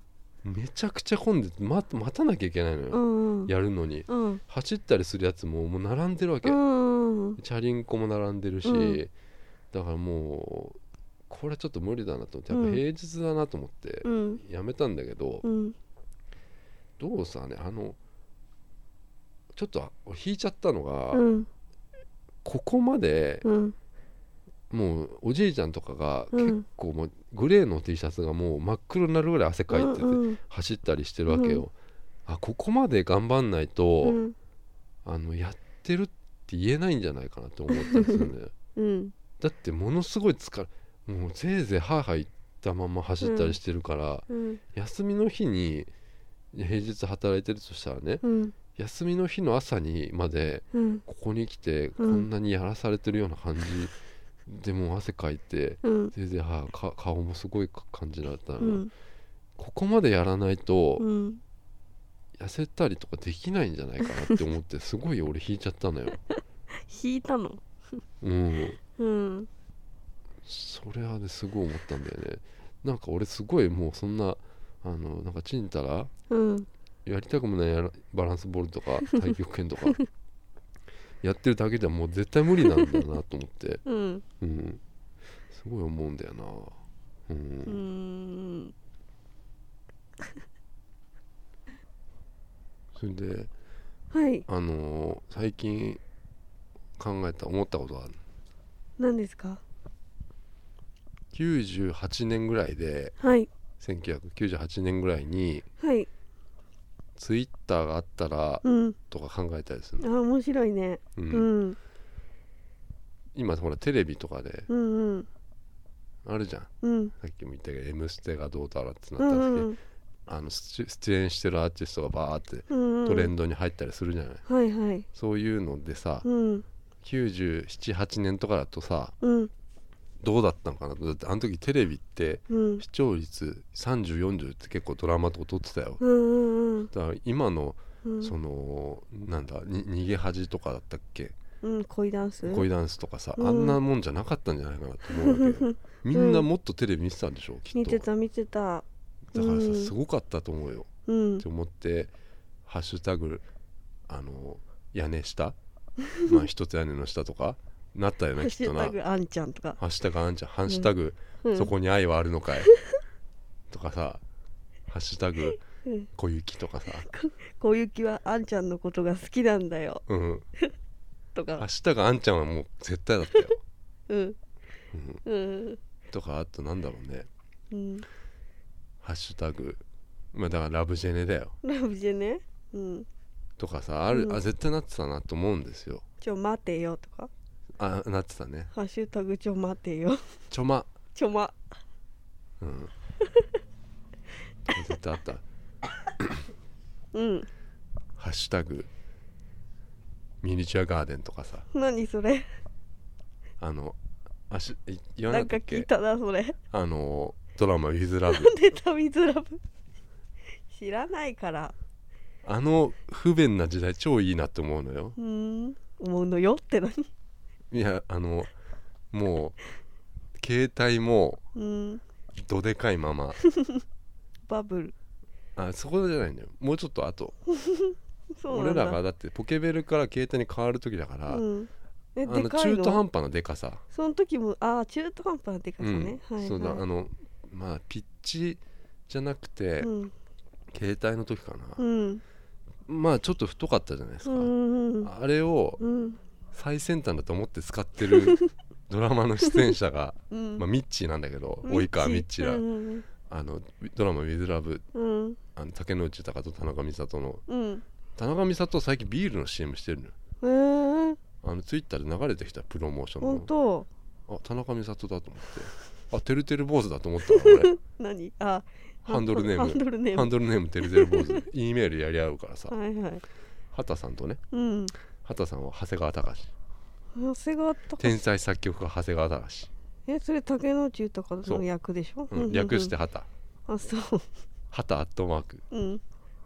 S1: めちゃくちゃ混んでて待待たなきゃいけないの
S2: う
S1: よ、
S2: んうん
S1: やるのに
S2: うん
S1: 走ったりするやつももう並んでるわけ、
S2: うん
S1: チャリンコも並んでるし、
S2: うん
S1: だからもうこれちょっと無理だなと思ってやっ
S2: う
S1: ぱ
S2: ん
S1: 平日だなと思って
S2: うん
S1: やめたんだけど、
S2: うん
S1: どうさねあのちょっと俺引いちゃったのが、
S2: うん
S1: ここまで
S2: うん
S1: もうおじいちゃんとかが
S2: うん
S1: 結構もうグレーの T シャツがもう真っ黒になるぐらい汗かいてて
S2: うん
S1: 走ったりしてるわけよ、あここまで頑張んないと、
S2: うん
S1: あのやってるって言えないんじゃないかなって思ったんですよ
S2: <laughs>
S1: ね
S2: うん
S1: だってものすごい疲れもうぜいぜいハーハー言ったまま走ったりしてるから、
S2: うん
S1: 休みの日に平日働いてるとしたらね
S2: うん
S1: 休みの日の朝にまで
S2: うん
S1: ここに来て
S2: う
S1: こ
S2: ん
S1: んなにやらされてるような感じでもう汗かいて
S2: うん
S1: 全然はあか顔もすごい感じられたの、
S2: うん
S1: ここまでやらないと
S2: うん
S1: 痩せたりとかできないんじゃないかなって思ってすごい俺引いちゃったのよ
S2: 引いたの
S1: うん
S2: うん
S1: それはねすごい思ったんだよねなんか俺すごいもうそんなあのなんかちんたら
S2: うん
S1: やりたくもないやらバランスボールとか太極拳とか <laughs> やってるだけじゃもう絶対無理なんだなと思って、
S2: うん
S1: うん、すごい思うんだよなう、
S2: うんん
S1: それで
S2: はい
S1: あのー最近考えた思ったことがある
S2: 何ですか
S1: 98年ぐらいで
S2: はい
S1: 1998年ぐらいに
S2: はい
S1: ツイッターがあったら
S2: うん
S1: とか考えたりする
S2: あ
S1: の、
S2: 面白いね
S1: う
S2: うんん
S1: 今ほらテレビとかで
S2: うんうん
S1: あるじゃんさ
S2: うん
S1: っきも言ったけど「M ステ」がどうだらってな
S2: う
S1: った
S2: ん
S1: ん
S2: う
S1: ですけど、
S2: ん
S1: あの出出演してるアーティストがバーって
S2: うん
S1: トレンドに入ったりするじゃない、
S2: はいはい
S1: そういうのでさ
S2: うん
S1: 978年とかだとさ
S2: うん
S1: どうだったのかなとだってあの時テレビって
S2: うん
S1: 視聴率3040って結構ドラマとか撮ってたよ
S2: うんうん
S1: だから今の
S2: うん
S1: そのなんだに逃げ恥とかだったっけ
S2: うん恋ダンス
S1: 恋ダンスとかさ
S2: うん
S1: あんなもんじゃなかったんじゃないかなと思うわけよみんなもっとテレビ見てたんでしょきっ
S2: 見
S1: と
S2: て
S1: だ
S2: た見てた
S1: から
S2: う
S1: さ
S2: ん
S1: すごかったと思うよ
S2: うん
S1: って思って「ハッシュタグあの屋根下」 <laughs> まあ一つ屋根の下とかなったよ
S2: ハッ <laughs>
S1: ねき
S2: シ
S1: っと
S2: ュ
S1: な
S2: タグあんちゃんとか
S1: 「ハッシュタグあんちゃん」「ハッシュタグ
S2: うん
S1: そこに愛はあるのかい」 <laughs> とかさ「ハッシュタグ
S2: うん
S1: 小雪」とか
S2: <laughs>
S1: さ
S2: 小雪はあんちゃんのことが好きなんだよ
S1: うん「
S2: と
S1: ハッ
S2: か
S1: シュタグあんちゃん」はもう絶対だったよ、
S2: うん
S1: うん、
S2: うん
S1: とかあとなんだろうね
S2: うん
S1: 「ハッシュタグまあだからラブジェネだよ
S2: ラブジェネうん
S1: とかさある、
S2: うん
S1: あ絶対なってたなと思うんですよ
S2: ちょ待てよとか
S1: あなってたね
S2: ハッシュタグちょ待てよ
S1: ちょま
S2: ちょま
S1: うん
S2: <laughs>
S1: 絶対あった
S2: うん
S1: ハッシュタグミニチュアガーデンとかさ
S2: 何それ
S1: あのあしい言わ
S2: な
S1: なかっ
S2: んか
S1: たっ
S2: 聞い
S1: け
S2: たなそれ <laughs>
S1: あのドラマ「ウィズラブ <laughs>
S2: 出た水ラブ知らないから
S1: あの不便な時代超いいなって思うのよ
S2: うん思うのよって何
S1: いやあのもう携帯も
S2: うん
S1: どでかいま
S2: <laughs>
S1: ま
S2: バブル
S1: あそこじゃないんだよもうちょっと後
S2: そうな
S1: 俺
S2: んだ
S1: らがだってポケベルから携帯に変わる時だから、
S2: うんえ
S1: あの
S2: でかい
S1: 中途
S2: の
S1: 半端なでかさ
S2: その時もああ中途半端なでかさ
S1: う
S2: ね、
S1: ん
S2: はい、はい、
S1: そうだあのまあピッチじゃなくて、
S2: うん
S1: 携帯の時かな、
S2: うん
S1: まあちょっと太かったじゃないです
S2: う
S1: か、
S2: んうん
S1: あれを
S2: うん
S1: 最先端だと思って使って <laughs> るドラマの出演者が、
S2: うん
S1: まあ、ミッチーなんだけど及川ミッチーだ、
S2: うん
S1: あのドラマ「ウィズラブ
S2: うん
S1: あの竹野内隆と田中美里の
S2: うん
S1: 田中美里は最近ビールの CM してるのよ
S2: えー、
S1: あのツイッターで流れてきたプロモーションの
S2: 本当
S1: あ田中美里だと思ってあてるてる坊主だと思ったから <laughs> 俺
S2: 何あ
S1: ハンドルネーム
S2: ハンドルネ
S1: ハ
S2: ー
S1: ン
S2: ム
S1: ドルネームてるてる坊主 E メールやり合うからさ
S2: はいはい
S1: 畑さんとね
S2: うん
S1: 畑さんは長谷川隆
S2: 長谷川隆
S1: 天才作曲家長谷川隆、
S2: えそれ竹野内豊
S1: そう
S2: の役でしょ、
S1: うん
S2: うんうんうん
S1: 略して畑
S2: あそう
S1: 畑アットマーク
S2: うん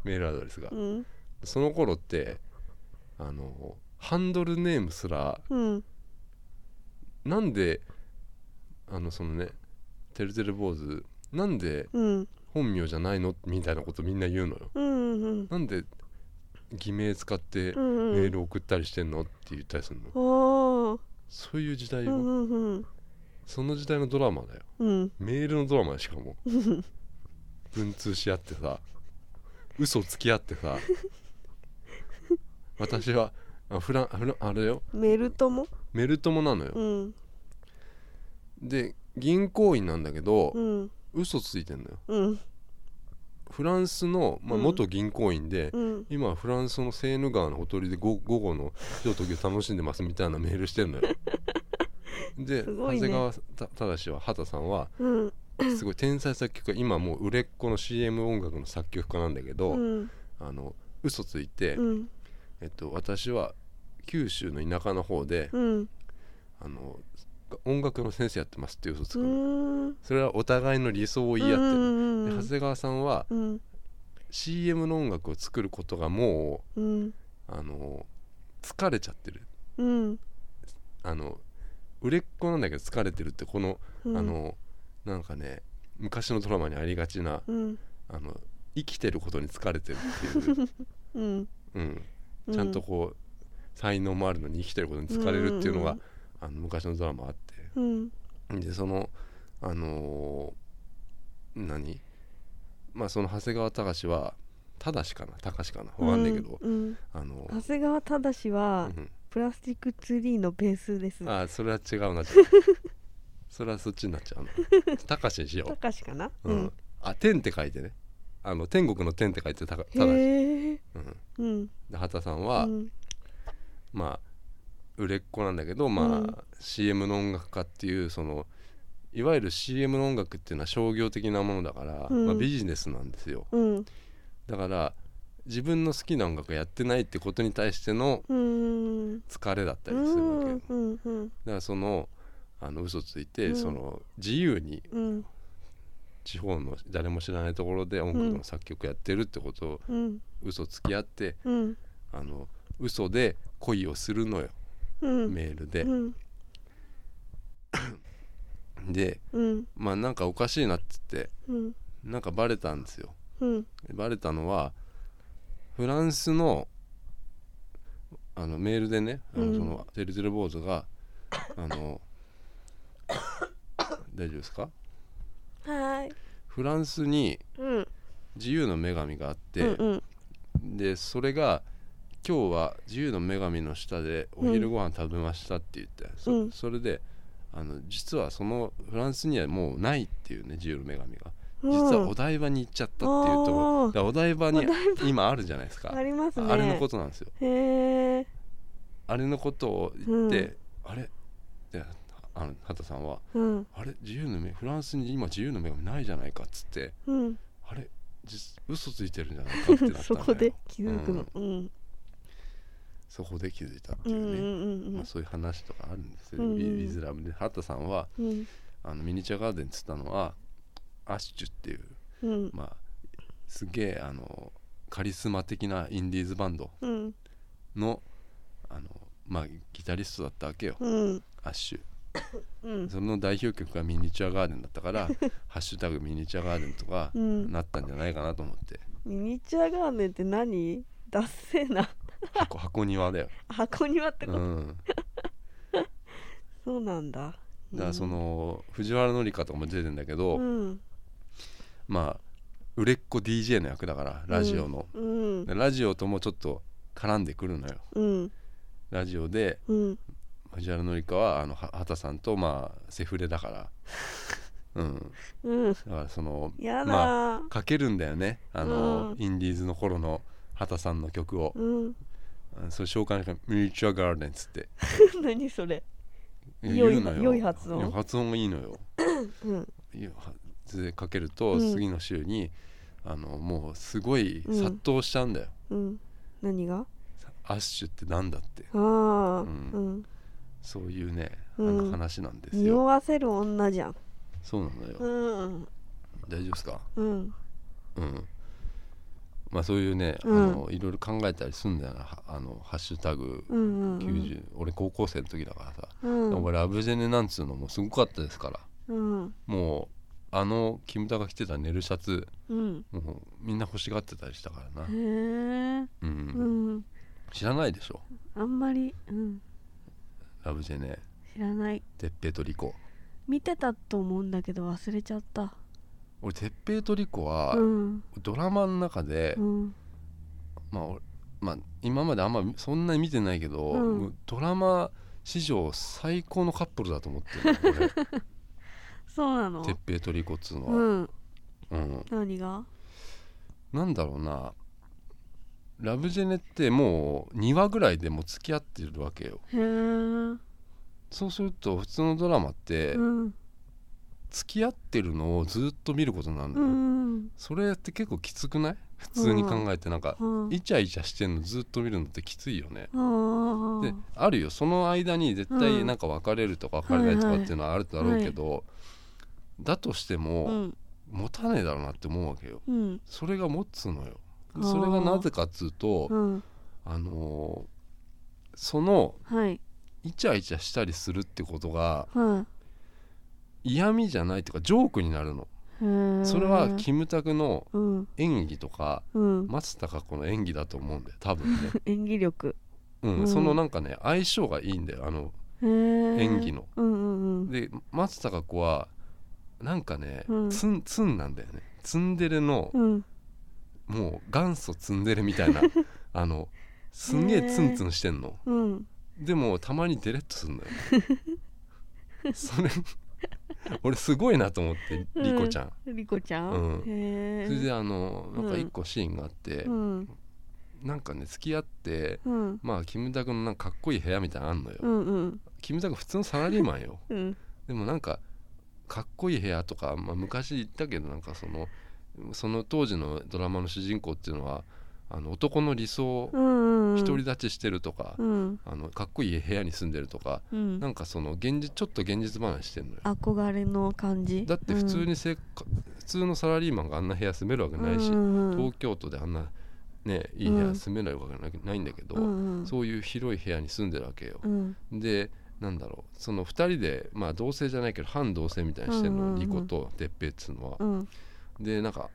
S1: メールアドレスが、
S2: うん
S1: その頃ってあのハンドルネームすら
S2: うん
S1: なんであのそのねてるてる坊主なんで
S2: うん
S1: 本名じゃないのみたいなことみんな言うのよ
S2: うんうんうん
S1: なんで偽名使って
S2: う
S1: メ
S2: ん
S1: ール送ったりしてんのって言ったりするの、
S2: あー
S1: そういう時代
S2: う
S1: よ、
S2: んうんうん
S1: その時代のドラマだよ
S2: うん
S1: メールのドラマだよしかも文通し合ってさ嘘つき合ってさ私はあフランフランあれよ
S2: メルトも
S1: メル友なのよ
S2: う、ん
S1: で銀行員なんだけど、
S2: うん
S1: 嘘ついてんのよ
S2: うん
S1: フランスの、まあ、
S2: うん
S1: 元銀行員で、
S2: うん
S1: 今フランスのセーヌ川のほとりでご午後のひとときを楽しんでますみたいなメールしてんのよで、
S2: す
S1: 長
S2: ごいね
S1: 谷川た正は畑さんは
S2: うん
S1: すごい天才作曲家今もう売れっ子の CM 音楽の作曲家なんだけど、
S2: うん
S1: あの嘘ついて、
S2: うん
S1: えっと、私は九州の田舎の方で、
S2: うん
S1: あの音楽の先生やってますっていう嘘つ
S2: う
S1: くの
S2: ーん
S1: それはお互いの理想を言い合ってるで長谷川さんは
S2: うん
S1: CM の音楽を作ることがも
S2: うんうん
S1: うあの疲れちゃってる
S2: うん
S1: あの売れっ子なんだけど疲れてるってこの、
S2: うん
S1: あのなんかね昔のドラマにありがちな
S2: うん
S1: あの生きてることに疲れてるって
S2: <laughs>
S1: いう、
S2: うん
S1: うん、
S2: う
S1: ちゃんとこう才能もあるのに生きてることに疲れるっていうのが、あの昔のドラマあって
S2: うん
S1: でそのあのー何まあその長谷川隆は隆かな隆かなわかんないけど、
S2: うん
S1: あの
S2: 長谷川忠は
S1: うん
S2: プラスチックツリーのベースです
S1: あーそれは違うなじゃ <laughs> あそれはそっちになっちゃう <laughs> の隆にしよ
S2: 隆かな
S1: う、うん、あ天って書いてねあの天国の天って書いてたか
S2: へ
S1: ただし、う
S2: え
S1: ん、
S2: うん
S1: で畑さんは、
S2: うん
S1: まあ売れっ子なんだけど、まあ
S2: うん
S1: CM の音楽家っていうそのいわゆる CM の音楽っていうのは商業的なものだから、
S2: うん
S1: まあ、ビジネスなんですよ
S2: うん
S1: だから自分の好きな音楽やってないってことに対しての
S2: うん
S1: 疲れだったり
S2: う
S1: するわけ、
S2: ん
S1: だか
S2: うんうん
S1: らそのあの嘘ついて、
S2: うん
S1: その自由に
S2: うん
S1: 地方の誰も知らないところで音楽の作曲やってるってことを
S2: うん
S1: 嘘つき合って
S2: うん
S1: あの嘘で恋をするのよ、
S2: うん
S1: メールで
S2: う、ん
S1: で
S2: うん
S1: まあなんかおかしいなっつって
S2: うん
S1: なんかバレたんですよ
S2: うん
S1: バレたのはフランスのあのメールでねあ
S2: う
S1: の
S2: ん
S1: そのてるてる坊主が、あの <coughs> 大丈夫ですか
S2: はい
S1: フランスに
S2: うん
S1: 自由の女神があって、
S2: うんうん
S1: でそれが今日は自由の女神の下でお昼ご飯食べましたって言って、そ
S2: うん
S1: それであの実はそのフランスにはもうないっていうね自由の女神が実はお台場に行っちゃったっていうとこ
S2: お
S1: ろだ
S2: ー
S1: からお台場
S2: お
S1: に
S2: 台
S1: 今あるじゃないですか
S2: ありますね
S1: あれのことなんですよ
S2: へえ
S1: あれのことを言って、あれであの畑さんは
S2: うん
S1: 「あれ自由の女フランスに今自由の女神ないじゃないか」っつって
S2: うん
S1: 「あれ実嘘ついてるんじゃないか」ってなったんだよ
S2: <laughs> そこで気づくのうん
S1: そこで気づいたって
S2: う
S1: い
S2: んう
S1: うね、
S2: ん
S1: まあ、そういう話とかあるんですよ、
S2: うんうん
S1: ウィウィズラムで畑さんは
S2: うんうん
S1: あのミニチュアガーデンっつったのはアッシュっていう、
S2: うん
S1: まあ、すげえあのカリスマ的なインディーズバンド
S2: うん
S1: のあの、まあ、ギタリストだったわけよ、
S2: うん
S1: アッシュ
S2: うん
S1: その代表曲がミニチュアガーデンだった
S2: <laughs>
S1: から「ハッシュタグミニチュアガーデン」とか
S2: うん
S1: なったんじゃないかなと思
S2: <laughs>
S1: って
S2: ミニチュアガーデンって何ダッセーな
S1: 箱箱庭だよ、
S2: 箱庭ってこ
S1: う
S2: と、
S1: ん、
S2: そうなんだ
S1: だからそ
S2: の
S1: の藤原紀香とかも出てんだけど、
S2: うん
S1: まあ売れっ子 DJ の役だからラジオの、
S2: うん
S1: でラジオともちょっと絡んでくるのよ
S2: うん
S1: ラジオで
S2: うん
S1: 藤原紀香はあのは畑さんとまあセフレだ
S2: <laughs>
S1: からうん
S2: うん
S1: だからその
S2: やだー、
S1: まあかけるんだよねあの、
S2: うん
S1: インディーズの頃の畑さんの曲を、
S2: うん <laughs>
S1: うんそれ紹介のミニチュアガーデン」っつって
S2: 何それ
S1: 言
S2: 良いう
S1: のよ
S2: 良い発音
S1: や発音がいいのよ
S2: うん
S1: いやはでかけると、
S2: うん
S1: 次の週にあのもうすごい
S2: うん
S1: 殺到しちゃうんだよ、
S2: うん何が
S1: アッシュってなんだって
S2: ああ
S1: う
S2: うんん、
S1: そういうね、
S2: うん
S1: あの話なんです
S2: 匂
S1: よ
S2: わせる女じゃん
S1: そうなのよ、
S2: うん
S1: 大丈夫ですか
S2: うん
S1: うんまあそういうね、
S2: うん
S1: あのいろいろ考えたりすんだよなはあのハッシュタグ
S2: うんうんうん
S1: 90、俺高校生の時だからさ、
S2: うん
S1: でも俺ラブジェネなんつうのもすごかったですから
S2: うん
S1: もうあのキムタが着てた寝るシャツ
S2: うん
S1: もうみんな欲しがってたりしたからな、
S2: へえ
S1: うん
S2: うん
S1: 知らないでしょ
S2: あんまりうん
S1: ラブジェネ
S2: 知らない
S1: 鉄平とリコ
S2: 見てたと思うんだけど忘れちゃった
S1: 俺鉄平とリコは、
S2: うん
S1: ドラマの中で、
S2: うん
S1: まあ俺まあ、今まであんまそんなに見てないけど、
S2: うん
S1: もうドラマ史上最高のカップルだと思ってる
S2: <laughs>
S1: の俺
S2: そうなの
S1: 鉄平とリコっつうの
S2: う
S1: は、
S2: ん
S1: うん
S2: 何が
S1: なんだろうなラブジェネってもう2話ぐらいでもう付き合ってるわけよ
S2: へえ
S1: そうすると普通のドラマって、
S2: うん
S1: 付き合ってるのをずっと見ることになる
S2: う
S1: のよ、
S2: ん
S1: それって結構きつくない普通に考えてなんか、
S2: うん
S1: イチャイチャしてんのずっと見るのってきついよね、
S2: あ
S1: であるよその間に絶対なんか別れるとか別れないとかっていうのはあるだろうけど、だとして
S2: う
S1: も、
S2: ん
S1: 持たねえだろうなって思うわけよ
S2: うん
S1: それが持つのよ
S2: あー
S1: それがなぜかっつうと、
S2: うん
S1: あのーその
S2: はい
S1: イチャイチャしたりするってことが
S2: は
S1: 嫌味じゃないっていうかジョークになるの
S2: いへー
S1: それはキムタクの
S2: うん
S1: 演技とか
S2: うん
S1: 松たか子の演技だと思うんだよ多分
S2: <laughs>
S1: ね、
S2: 演技力
S1: うん
S2: うん
S1: そのなんかね相性がいいんだよあの演
S2: 演
S1: 技の
S2: うんうんうん
S1: で松たか子はなんかね、
S2: うん
S1: ツンツンなんだよねツンデレの、
S2: うん
S1: もう元祖ツンデレみ
S2: <laughs>
S1: たいなあのすんげえツンツンしてんの
S2: うん
S1: でもたまにデレッとするんだよ
S2: <laughs>
S1: ねそれ俺すごいなと思ってリコちゃん、
S2: リコちゃん
S1: うん
S2: へえ
S1: それであのなんか
S2: うん
S1: 一個シーンがあって、
S2: うん
S1: なんかね付き合って
S2: うん
S1: まあキムタクのなんかかっこいい部屋みたいなのあんのよ、
S2: うんうん
S1: キムタク普通のサラリーマンよ
S2: うん
S1: でもなんかかっこいい部屋とか、まあ、昔言ったけどなんかそのその当時のドラマの主人公っていうのはあの男の理想を
S2: うんうん
S1: 独り立ちしてるとか、
S2: うん
S1: あのかっこいい部屋に住んでるとか、
S2: うん
S1: なんかその現実ちょっと現実離れしてんのよ
S2: 憧れの感じ
S1: だって普通にせ、普通のサラリーマンがあんな部屋住めるわけないし、東京都であんなねいい部屋住めないわけなないんだけど、
S2: う
S1: そういう広い部屋に住んでるわけよ、
S2: ん
S1: でなんだろうその2人でまあ同性じゃないけど反同性みたいにしてるの、
S2: うんうんうん
S1: リコと哲平っつうのは、
S2: うん
S1: でなんか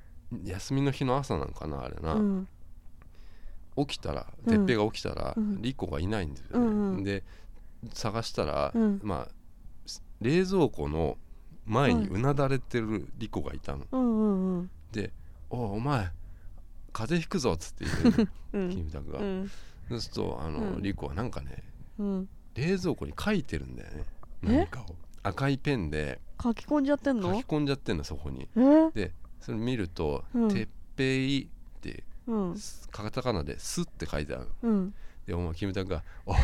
S1: 休みの日の朝なんかなあれな、
S2: うん
S1: 起きたら
S2: うん
S1: 哲平が起きたら、
S2: うん
S1: リコがいないんですよね、
S2: うんうん
S1: で探したら、
S2: うん
S1: まあ冷蔵庫の前にうなだれてるリコがいたの、
S2: うんうんうん
S1: で「おいお前風邪ひくぞ」っつって言う
S2: <laughs>
S1: の
S2: う
S1: キ
S2: ん
S1: ムタクが、
S2: うん
S1: そうするとあの、
S2: うん
S1: リコはなんかね
S2: うん
S1: 冷蔵庫に書いてるんだよね
S2: え
S1: 何かを赤いペンで
S2: 書き込んじゃってん
S1: 書
S2: の
S1: き込んじゃってんのそこに
S2: えう
S1: それ見ると
S2: う
S1: 「
S2: ん
S1: てっぺい」って
S2: ん
S1: カタカナで「す」って書いてある
S2: うん
S1: でお前キムタクが
S2: <laughs>
S1: 「おい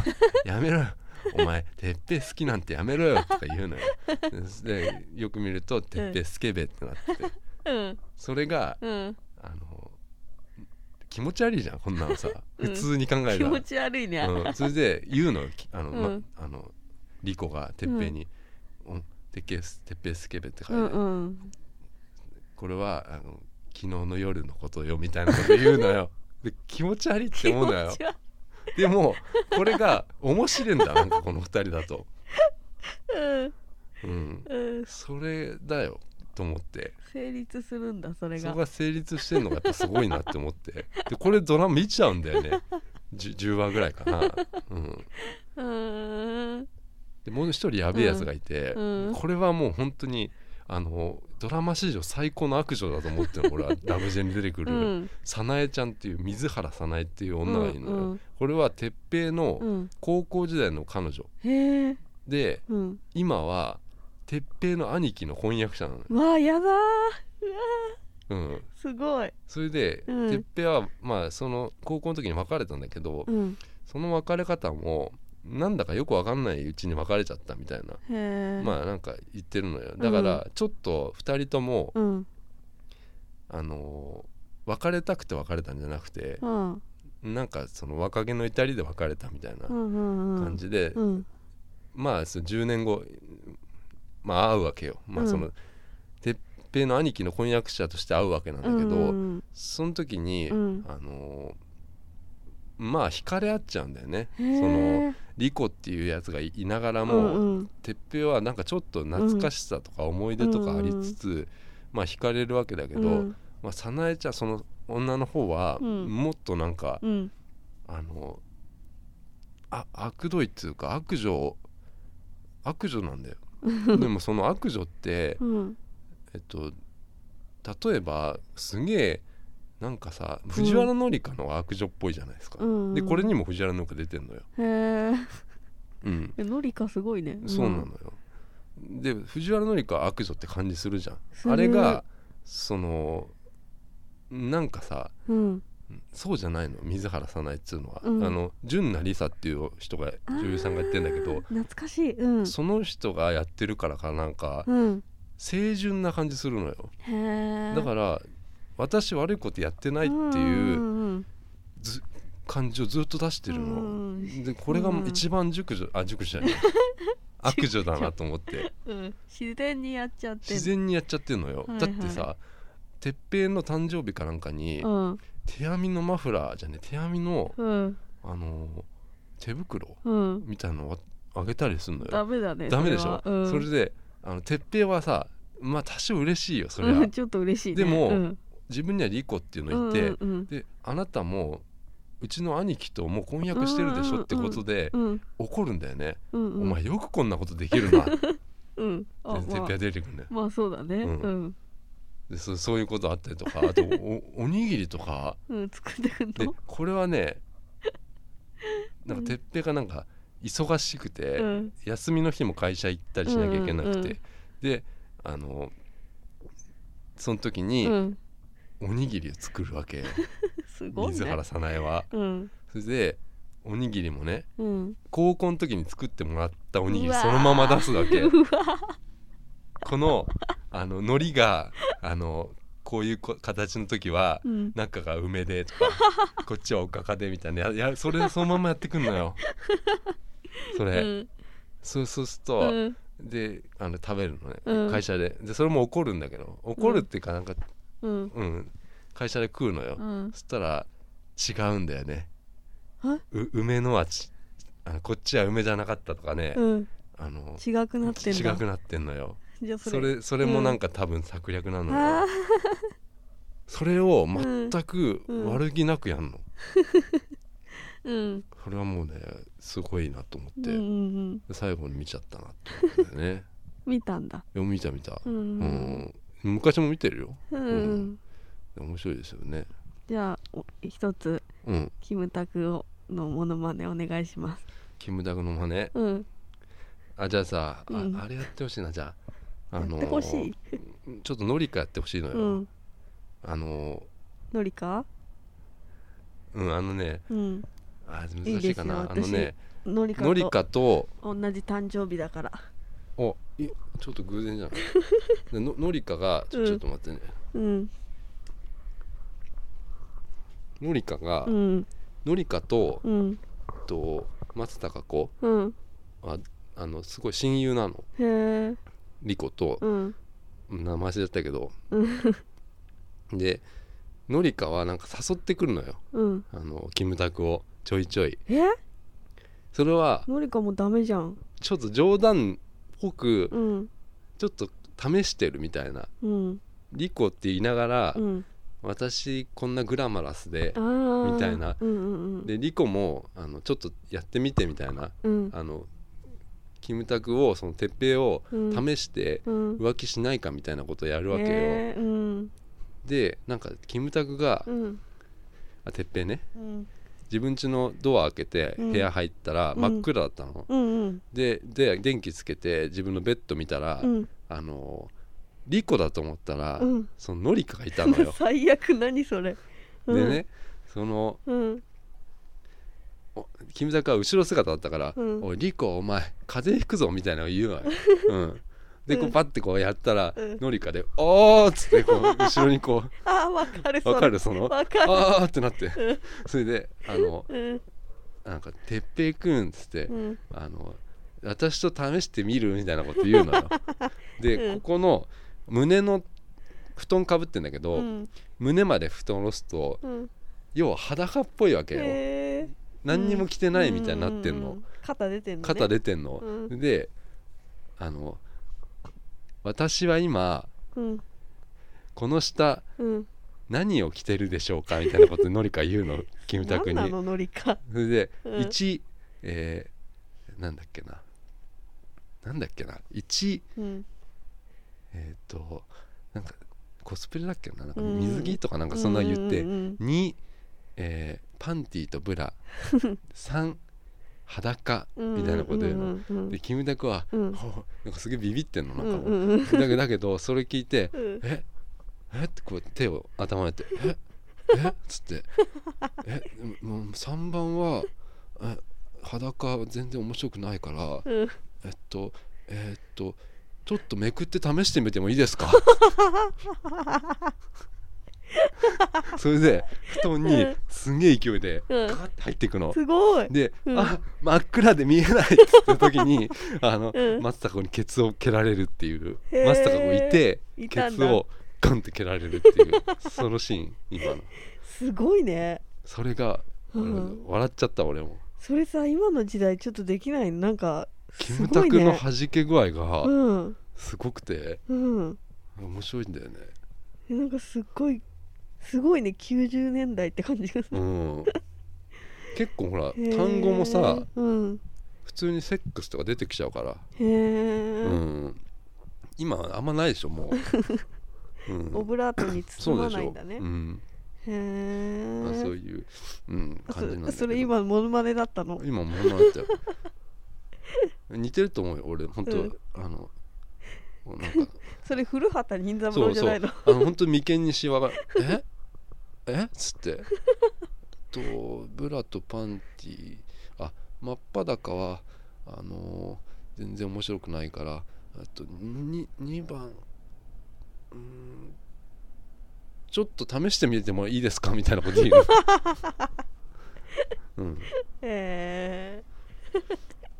S1: やめろよお前てっぺい好きなんてやめろよ」とか言うのよでよく見ると「てっぺいスケベ」ってなってて
S2: うん
S1: それが
S2: うん
S1: あの気持ち悪いじゃんこんなのさ
S2: うん
S1: 普通に考え
S2: 気
S1: たら
S2: 持ち悪いね
S1: うん、それで言うのよきあの、ま
S2: うん
S1: あのリコがてっぺいに「うん、てっけすてっぺいスケベ」って書
S2: う
S1: いて、
S2: んうん
S1: これはあの昨日の夜のことよみたいなこと言うの
S2: <laughs>
S1: よで気持ち悪いって
S2: 気
S1: 思う
S2: 持
S1: のよ
S2: ち悪
S1: でもこれが面白いんだなんかこの二人だと、
S2: い
S1: うん、
S2: うんうん
S1: それだよと思って
S2: 成立するんだそれ
S1: そ
S2: が
S1: こが成立してんのがやっぱすごいなって思ってでこれドラマ見ちゃうんだよね 10, 10話ぐらいかな、うん、
S2: うーん
S1: でもう一人やべえやつがいて、
S2: うんうん
S1: これはもう本当にあのドラマ史上最高の悪女だと思ってるの俺はダブジェに出てく
S2: う
S1: る
S2: ん
S1: 早苗、ちゃんっていう水原早苗っていう女がいるのよ、
S2: うん
S1: これは鉄平の
S2: うん
S1: 高校時代の彼女
S2: へえ
S1: で
S2: うん
S1: 今は鉄平の兄貴の翻訳者なのよ、
S2: うわあやだーうわ
S1: うん、
S2: ーすごい
S1: それで、
S2: うん
S1: 鉄平はまあその高校の時に別れたんだけど、
S2: うん
S1: その別れ方もなんだかよく分かんないうちに別れちゃったみたいな
S2: へえ
S1: まあなんか言ってるのよだからちょっと2人とも、
S2: うん
S1: あのー別れたくて別れたんじゃなくて
S2: うん
S1: なんかその若気の至りで別れたみたいな
S2: うんうんうん
S1: 感じで、
S2: うん
S1: まあその10年後まあ会うわけよ、まあ
S2: うん
S1: その哲平の兄貴の婚約者として会うわけなんだけど、
S2: うん
S1: その時に、
S2: うん
S1: あのーまあ惹かれ合っちゃうんだよねそ
S2: うんうん
S1: の
S2: へー
S1: リコっていうやつがいいながら
S2: うん
S1: も
S2: うん
S1: 哲平、はなんかちょっと懐かしさとか思い出とかありつつ、まあ惹かれるわけだけど、
S2: うん
S1: まあ、早苗ちゃんその女の方は、
S2: うん
S1: もっとなんか、
S2: うん
S1: あのあ悪どいっていうか悪女悪女
S2: <laughs>
S1: なんだよでもその悪女って
S2: う、ん
S1: えっと、例えばすげえなんかさ藤原紀香の悪女っぽいじゃないですか、
S2: うん
S1: でこれにも藤原紀香出てんのよ、
S2: へえ
S1: うん、
S2: ノリカすごいねん
S1: そうなのよで藤原紀香は悪女って感じするじゃん
S2: する
S1: あれがそのなんかさ
S2: うん
S1: そうじゃないの水原さないっつうのは、
S2: うん
S1: あの純奈里沙っていう人が女優さんがやってんだけ
S2: あー
S1: ど、
S2: 懐かしいうん
S1: その人がやってるからかなんか、
S2: うん
S1: 清純な感じするのよ
S2: へえ
S1: だからら私悪いことやってないって
S2: う
S1: いうん
S2: うん
S1: ず感じをずっと出してる
S2: う
S1: の
S2: ん
S1: でこれが
S2: うん
S1: 一番熟女あ熟女じゃ
S2: <laughs>
S1: ない悪女だなと思って
S2: うん自然にやっちゃってんの
S1: 自然にやっちゃってるのよ
S2: はいはい
S1: だってさてっぺんの誕生日かなんかに
S2: うん
S1: 手編みのマフラーじゃね手編みの
S2: うん
S1: あのー手袋
S2: うん
S1: みたいのをあげたりするのよ
S2: ダメだね
S1: ダメでし
S2: それ
S1: ょ
S2: はうん、
S1: それであの鉄平はさまあ多少嬉しいよそれ
S2: う
S1: は
S2: んちょっと嬉しいね
S1: でも
S2: うん
S1: 自分にはリコっていうのいて、
S2: うんうん
S1: であなたもうちの兄貴ともう婚約してるでしょってことで
S2: うんうん
S1: 怒るんだよね、
S2: うんうん
S1: お前よくこんなことできる
S2: <laughs>
S1: なって
S2: うんあ
S1: 鉄
S2: ま
S1: 平
S2: あ
S1: 出てくるね、
S2: まあそうだねう
S1: うん
S2: ん
S1: でそそういうことあったりとかあとおおにぎりとか
S2: うん作ってくん
S1: で
S2: の
S1: これは
S2: <laughs>
S1: ねなん
S2: うん
S1: か鉄平がなんか忙しくて、
S2: うん
S1: 休みの日も会社行ったりしなきゃいけなくて、
S2: うんうんうん
S1: であのその時に、
S2: うん
S1: おにぎりを作るわ
S2: <laughs>
S1: け
S2: すごいね
S1: 水原早苗は
S2: うん
S1: それでおにぎりもね
S2: うん
S1: 高校の時に作ってもらったおにぎり
S2: うわー
S1: そのまま出すわ
S2: <laughs>
S1: け
S2: うわ
S1: このあの海苔があのこういうこ形の時は
S2: うん
S1: 中が梅で
S2: <laughs>
S1: とかこっちはおかかでみたいなややそれそのままやってくんの
S2: <laughs>
S1: よそれ、
S2: うん
S1: そうそうする
S2: う
S1: と、
S2: ん
S1: であの食べるのね、
S2: うん
S1: 会社ででそれも怒るんだけど怒るっていうかなんか、
S2: うん
S1: うん会社で食うのよ、
S2: うん
S1: そしたら違うんだよね
S2: え
S1: う梅のはちあのこっちは梅じゃなかったとかね、
S2: うん
S1: あの
S2: 違くなってん
S1: 違
S2: だ
S1: くなってんのよ
S2: じゃあそ
S1: そ
S2: れ
S1: れそれもなんか多分策略なのよ、
S2: あ
S1: それを全く
S2: うんうん
S1: 悪気なくやんの、
S2: ーうん
S1: それはもうねすごいなと思っ
S2: うん
S1: て、
S2: うんうん
S1: 最後に見ちゃったなと思ってね <laughs>
S2: 見たんだ
S1: いや見た見た、
S2: う
S1: うんん昔も見てるよ
S2: うん
S1: うん面白いですよね
S2: じゃあお一つ
S1: うん
S2: キムタクをのモノマネお願いします
S1: キムタクの真似
S2: うん
S1: あじゃあさ、あ
S2: うん
S1: あれやってほしいなじゃあ
S2: や
S1: あ
S2: っ
S1: の
S2: てほしい
S1: ちょっとノリカやってほしいのよ、
S2: うん
S1: あの
S2: のりか
S1: うんあのね
S2: うん
S1: あー難
S2: いい
S1: し
S2: で
S1: い
S2: す
S1: か
S2: よ
S1: なあ
S2: 私
S1: のね
S2: のりか
S1: のり
S2: と
S1: かと
S2: 同じ誕生日だから
S1: おいちょっと偶然じゃない <laughs> でののりかがち
S2: う
S1: ょ
S2: ん
S1: ちょっと待ってね、
S2: うん
S1: のりかが、
S2: うん
S1: のりかと,、
S2: うん
S1: と松たか子
S2: うん
S1: ああのすごい親友なの
S2: へえ
S1: りこと
S2: う、ん
S1: 名前忘れちゃったけど
S2: うん
S1: でのりかはなんか誘ってくるのよ
S2: うん
S1: あのキムタクをちょいちょい
S2: え
S1: それは
S2: のりかもダメじゃん
S1: ちょっと冗談っぽく
S2: うん
S1: ちょっと試してるみたいな
S2: うん
S1: リコって言いながら、
S2: うん
S1: 私こんなグラマラスで
S2: ああ
S1: みたいな
S2: うんうんうん
S1: でリコもあのちょっとやってみてみたいな
S2: うん
S1: あのキムタクをその鉄平を
S2: うん
S1: 試して
S2: うん
S1: 浮気しないかみたいなことをやるわけよ、
S2: へえうん
S1: でなんかキムタクが、
S2: うん
S1: あ鉄平ね
S2: うん
S1: 自分家のドア開けて
S2: うん
S1: 部屋入ったら
S2: うん
S1: 真っ暗だったの、
S2: うん
S1: でで電気つけて自分のベッド見たら、
S2: うん
S1: あのリコだと思ったら、
S2: うん
S1: そのノリカがいたのよ
S2: <laughs> 最悪何それうん
S1: でねその
S2: うん
S1: おキムタクは後ろ姿だったから「
S2: うん
S1: おいリコお前風邪ひくぞ」みたいなのを言うのよ、
S2: <laughs>
S1: うん、でこ
S2: う
S1: うんパッてこうやったら、
S2: うん
S1: ノリカで「おー!」っつってこう後ろにこう
S2: ああわか <laughs> るそれ
S1: わかるその
S2: わかる
S1: あーってなって
S2: うん
S1: それであの
S2: うん
S1: なんか「てっぺいくん」っつって、
S2: うん
S1: あの私と試してみるみたいなこと言うの
S2: <laughs>
S1: よで、
S2: うん
S1: ここの胸の布団かぶってんだけど、
S2: うん
S1: 胸まで布団を下ろすと
S2: うん
S1: 要は裸っぽいわけよ、
S2: へえ
S1: 何にも着てないみたいになってんの、
S2: ううう肩出てんのね
S1: 肩出てんの、
S2: う
S1: であの私は今
S2: うん
S1: この下
S2: うん
S1: 何を着てるでしょうかみたいなことでのりか言う
S2: <laughs>
S1: のキムタクに
S2: 何なのノリか
S1: それで、
S2: うん
S1: 1えーなんだっけななんだっけな1
S2: うん
S1: えっ、となんかコスプレだっけななんか
S2: うん
S1: 水着とかなんかそんな言って、
S2: うんうん
S1: 2、えーパンティーとブ
S2: <laughs>
S1: ラ3裸
S2: うん
S1: みたいなこと言うの、
S2: うんうんうん
S1: でキムタクは、
S2: うん
S1: ほうなんかすげえビビってんのなん
S2: う
S1: か
S2: ん
S1: もう、
S2: うんうん
S1: だけどだけどそれ聞いて
S2: うん
S1: 「ええっ?」てこう手を頭にやって「ええっ?」つって「えもう3番は <laughs> え裸は全然面白くないから
S2: うん
S1: えっとえっとちょっとめくって試してみてもいいです
S2: <laughs>
S1: かそれで布団にすんげえ勢いで
S2: うん
S1: ガーって入っていくの、
S2: すごい
S1: で、
S2: うん
S1: あ真っ暗で見えないっつった時
S2: <laughs>
S1: にあの、
S2: うん
S1: 松たか子にケツを蹴られるっていう
S2: へー
S1: 松たか子いて
S2: いた
S1: ケ
S2: ん
S1: ツ
S2: だ
S1: をガンって蹴られるっていうそのシーン今の
S2: すごいね
S1: それが、あの
S2: うん
S1: 笑っちゃった俺も
S2: それさ今の時代ちょっとできないのなんか
S1: キ
S2: す
S1: ム
S2: ご
S1: タ
S2: い
S1: クの
S2: ね
S1: 弾け具合が
S2: うん
S1: すごくて
S2: うん
S1: 面白いんだよね
S2: えなんかすっごいすごいね90年代って感じがす
S1: う
S2: る
S1: ん結構ほら
S2: へー
S1: 単語もさ
S2: うん
S1: 普通にセックスとか出てきちゃうから、
S2: へえ、
S1: うん、今あんまないでしょも
S2: <laughs>
S1: う、うん
S2: オブラートに
S1: そう
S2: 包
S1: で
S2: ま
S1: し
S2: ない
S1: ょ
S2: んだね
S1: うん
S2: へえ、
S1: まあ、そういう、うん、
S2: あそ
S1: 感じなんだけど
S2: それ今モノマネだったの
S1: 今もんなったよ似てると思うよ俺本当、
S2: うん
S1: あのなんか
S2: それ古畑任三
S1: そ
S2: 郎
S1: う
S2: じゃ
S1: そう
S2: ないの
S1: あの本当眉間にしわが「ええっ?」つって「とブラとパンティあ真っ裸はあのー全然面白くないからあと 2, 2番うーんちょっと試してみてもいいですかみたいなこと言う、うん、
S2: へえ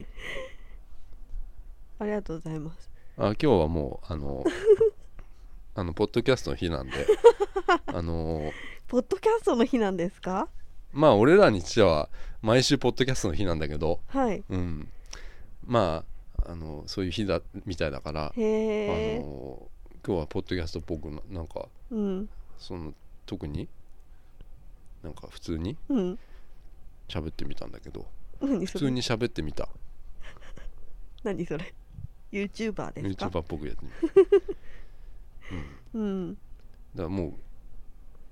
S2: <laughs> ありがとうございます
S1: あ今日はもうあのあのポッドキャストの日なんであの
S2: ポッドキャストの日なんですか
S1: まあ俺らにしては毎週ポッドキャストの日なんだけど、
S2: はい
S1: うん、まああのそういう日だみたいだから、あ
S2: へえ
S1: の今日はポッドキャストっぽくななんか
S2: うん
S1: その特になんか普通に
S2: うん
S1: 喋ってみたんだけど
S2: 何
S1: 普
S2: そ
S1: 通
S2: れ
S1: に喋ってみた
S2: 何それ YouTuber ですか
S1: YouTuber っぽくやってみたうん、だか
S2: うん
S1: らもう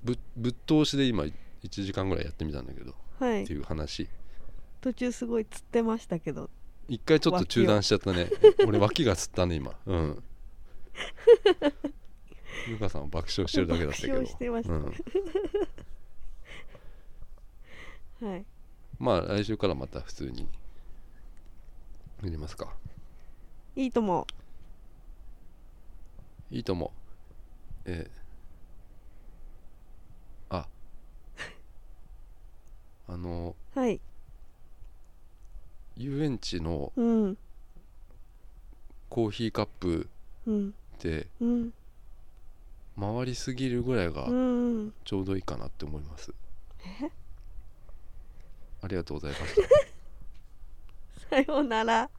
S1: ぶぶっ通しで今1時間ぐらいやってみたんだけど
S2: は
S1: っ
S2: い
S1: ていう話
S2: 途中すごい釣ってましたけど
S1: 一回ちょっと中断しちゃったね俺脇がつったね今うん
S2: <laughs>
S1: ルカさんは爆笑してるだけだったけど
S2: 爆笑してました
S1: うん、
S2: はい
S1: まあ来週からまた普通にやりますか
S2: いいとも
S1: いいともえーああの
S2: はい
S1: 遊園地の
S2: うん
S1: コーヒーカップ
S2: うん
S1: で
S2: うん
S1: 回りすぎるぐらいが
S2: うん
S1: ちょうどいいかなって思います
S2: え
S1: ありがとうございました
S2: さようなら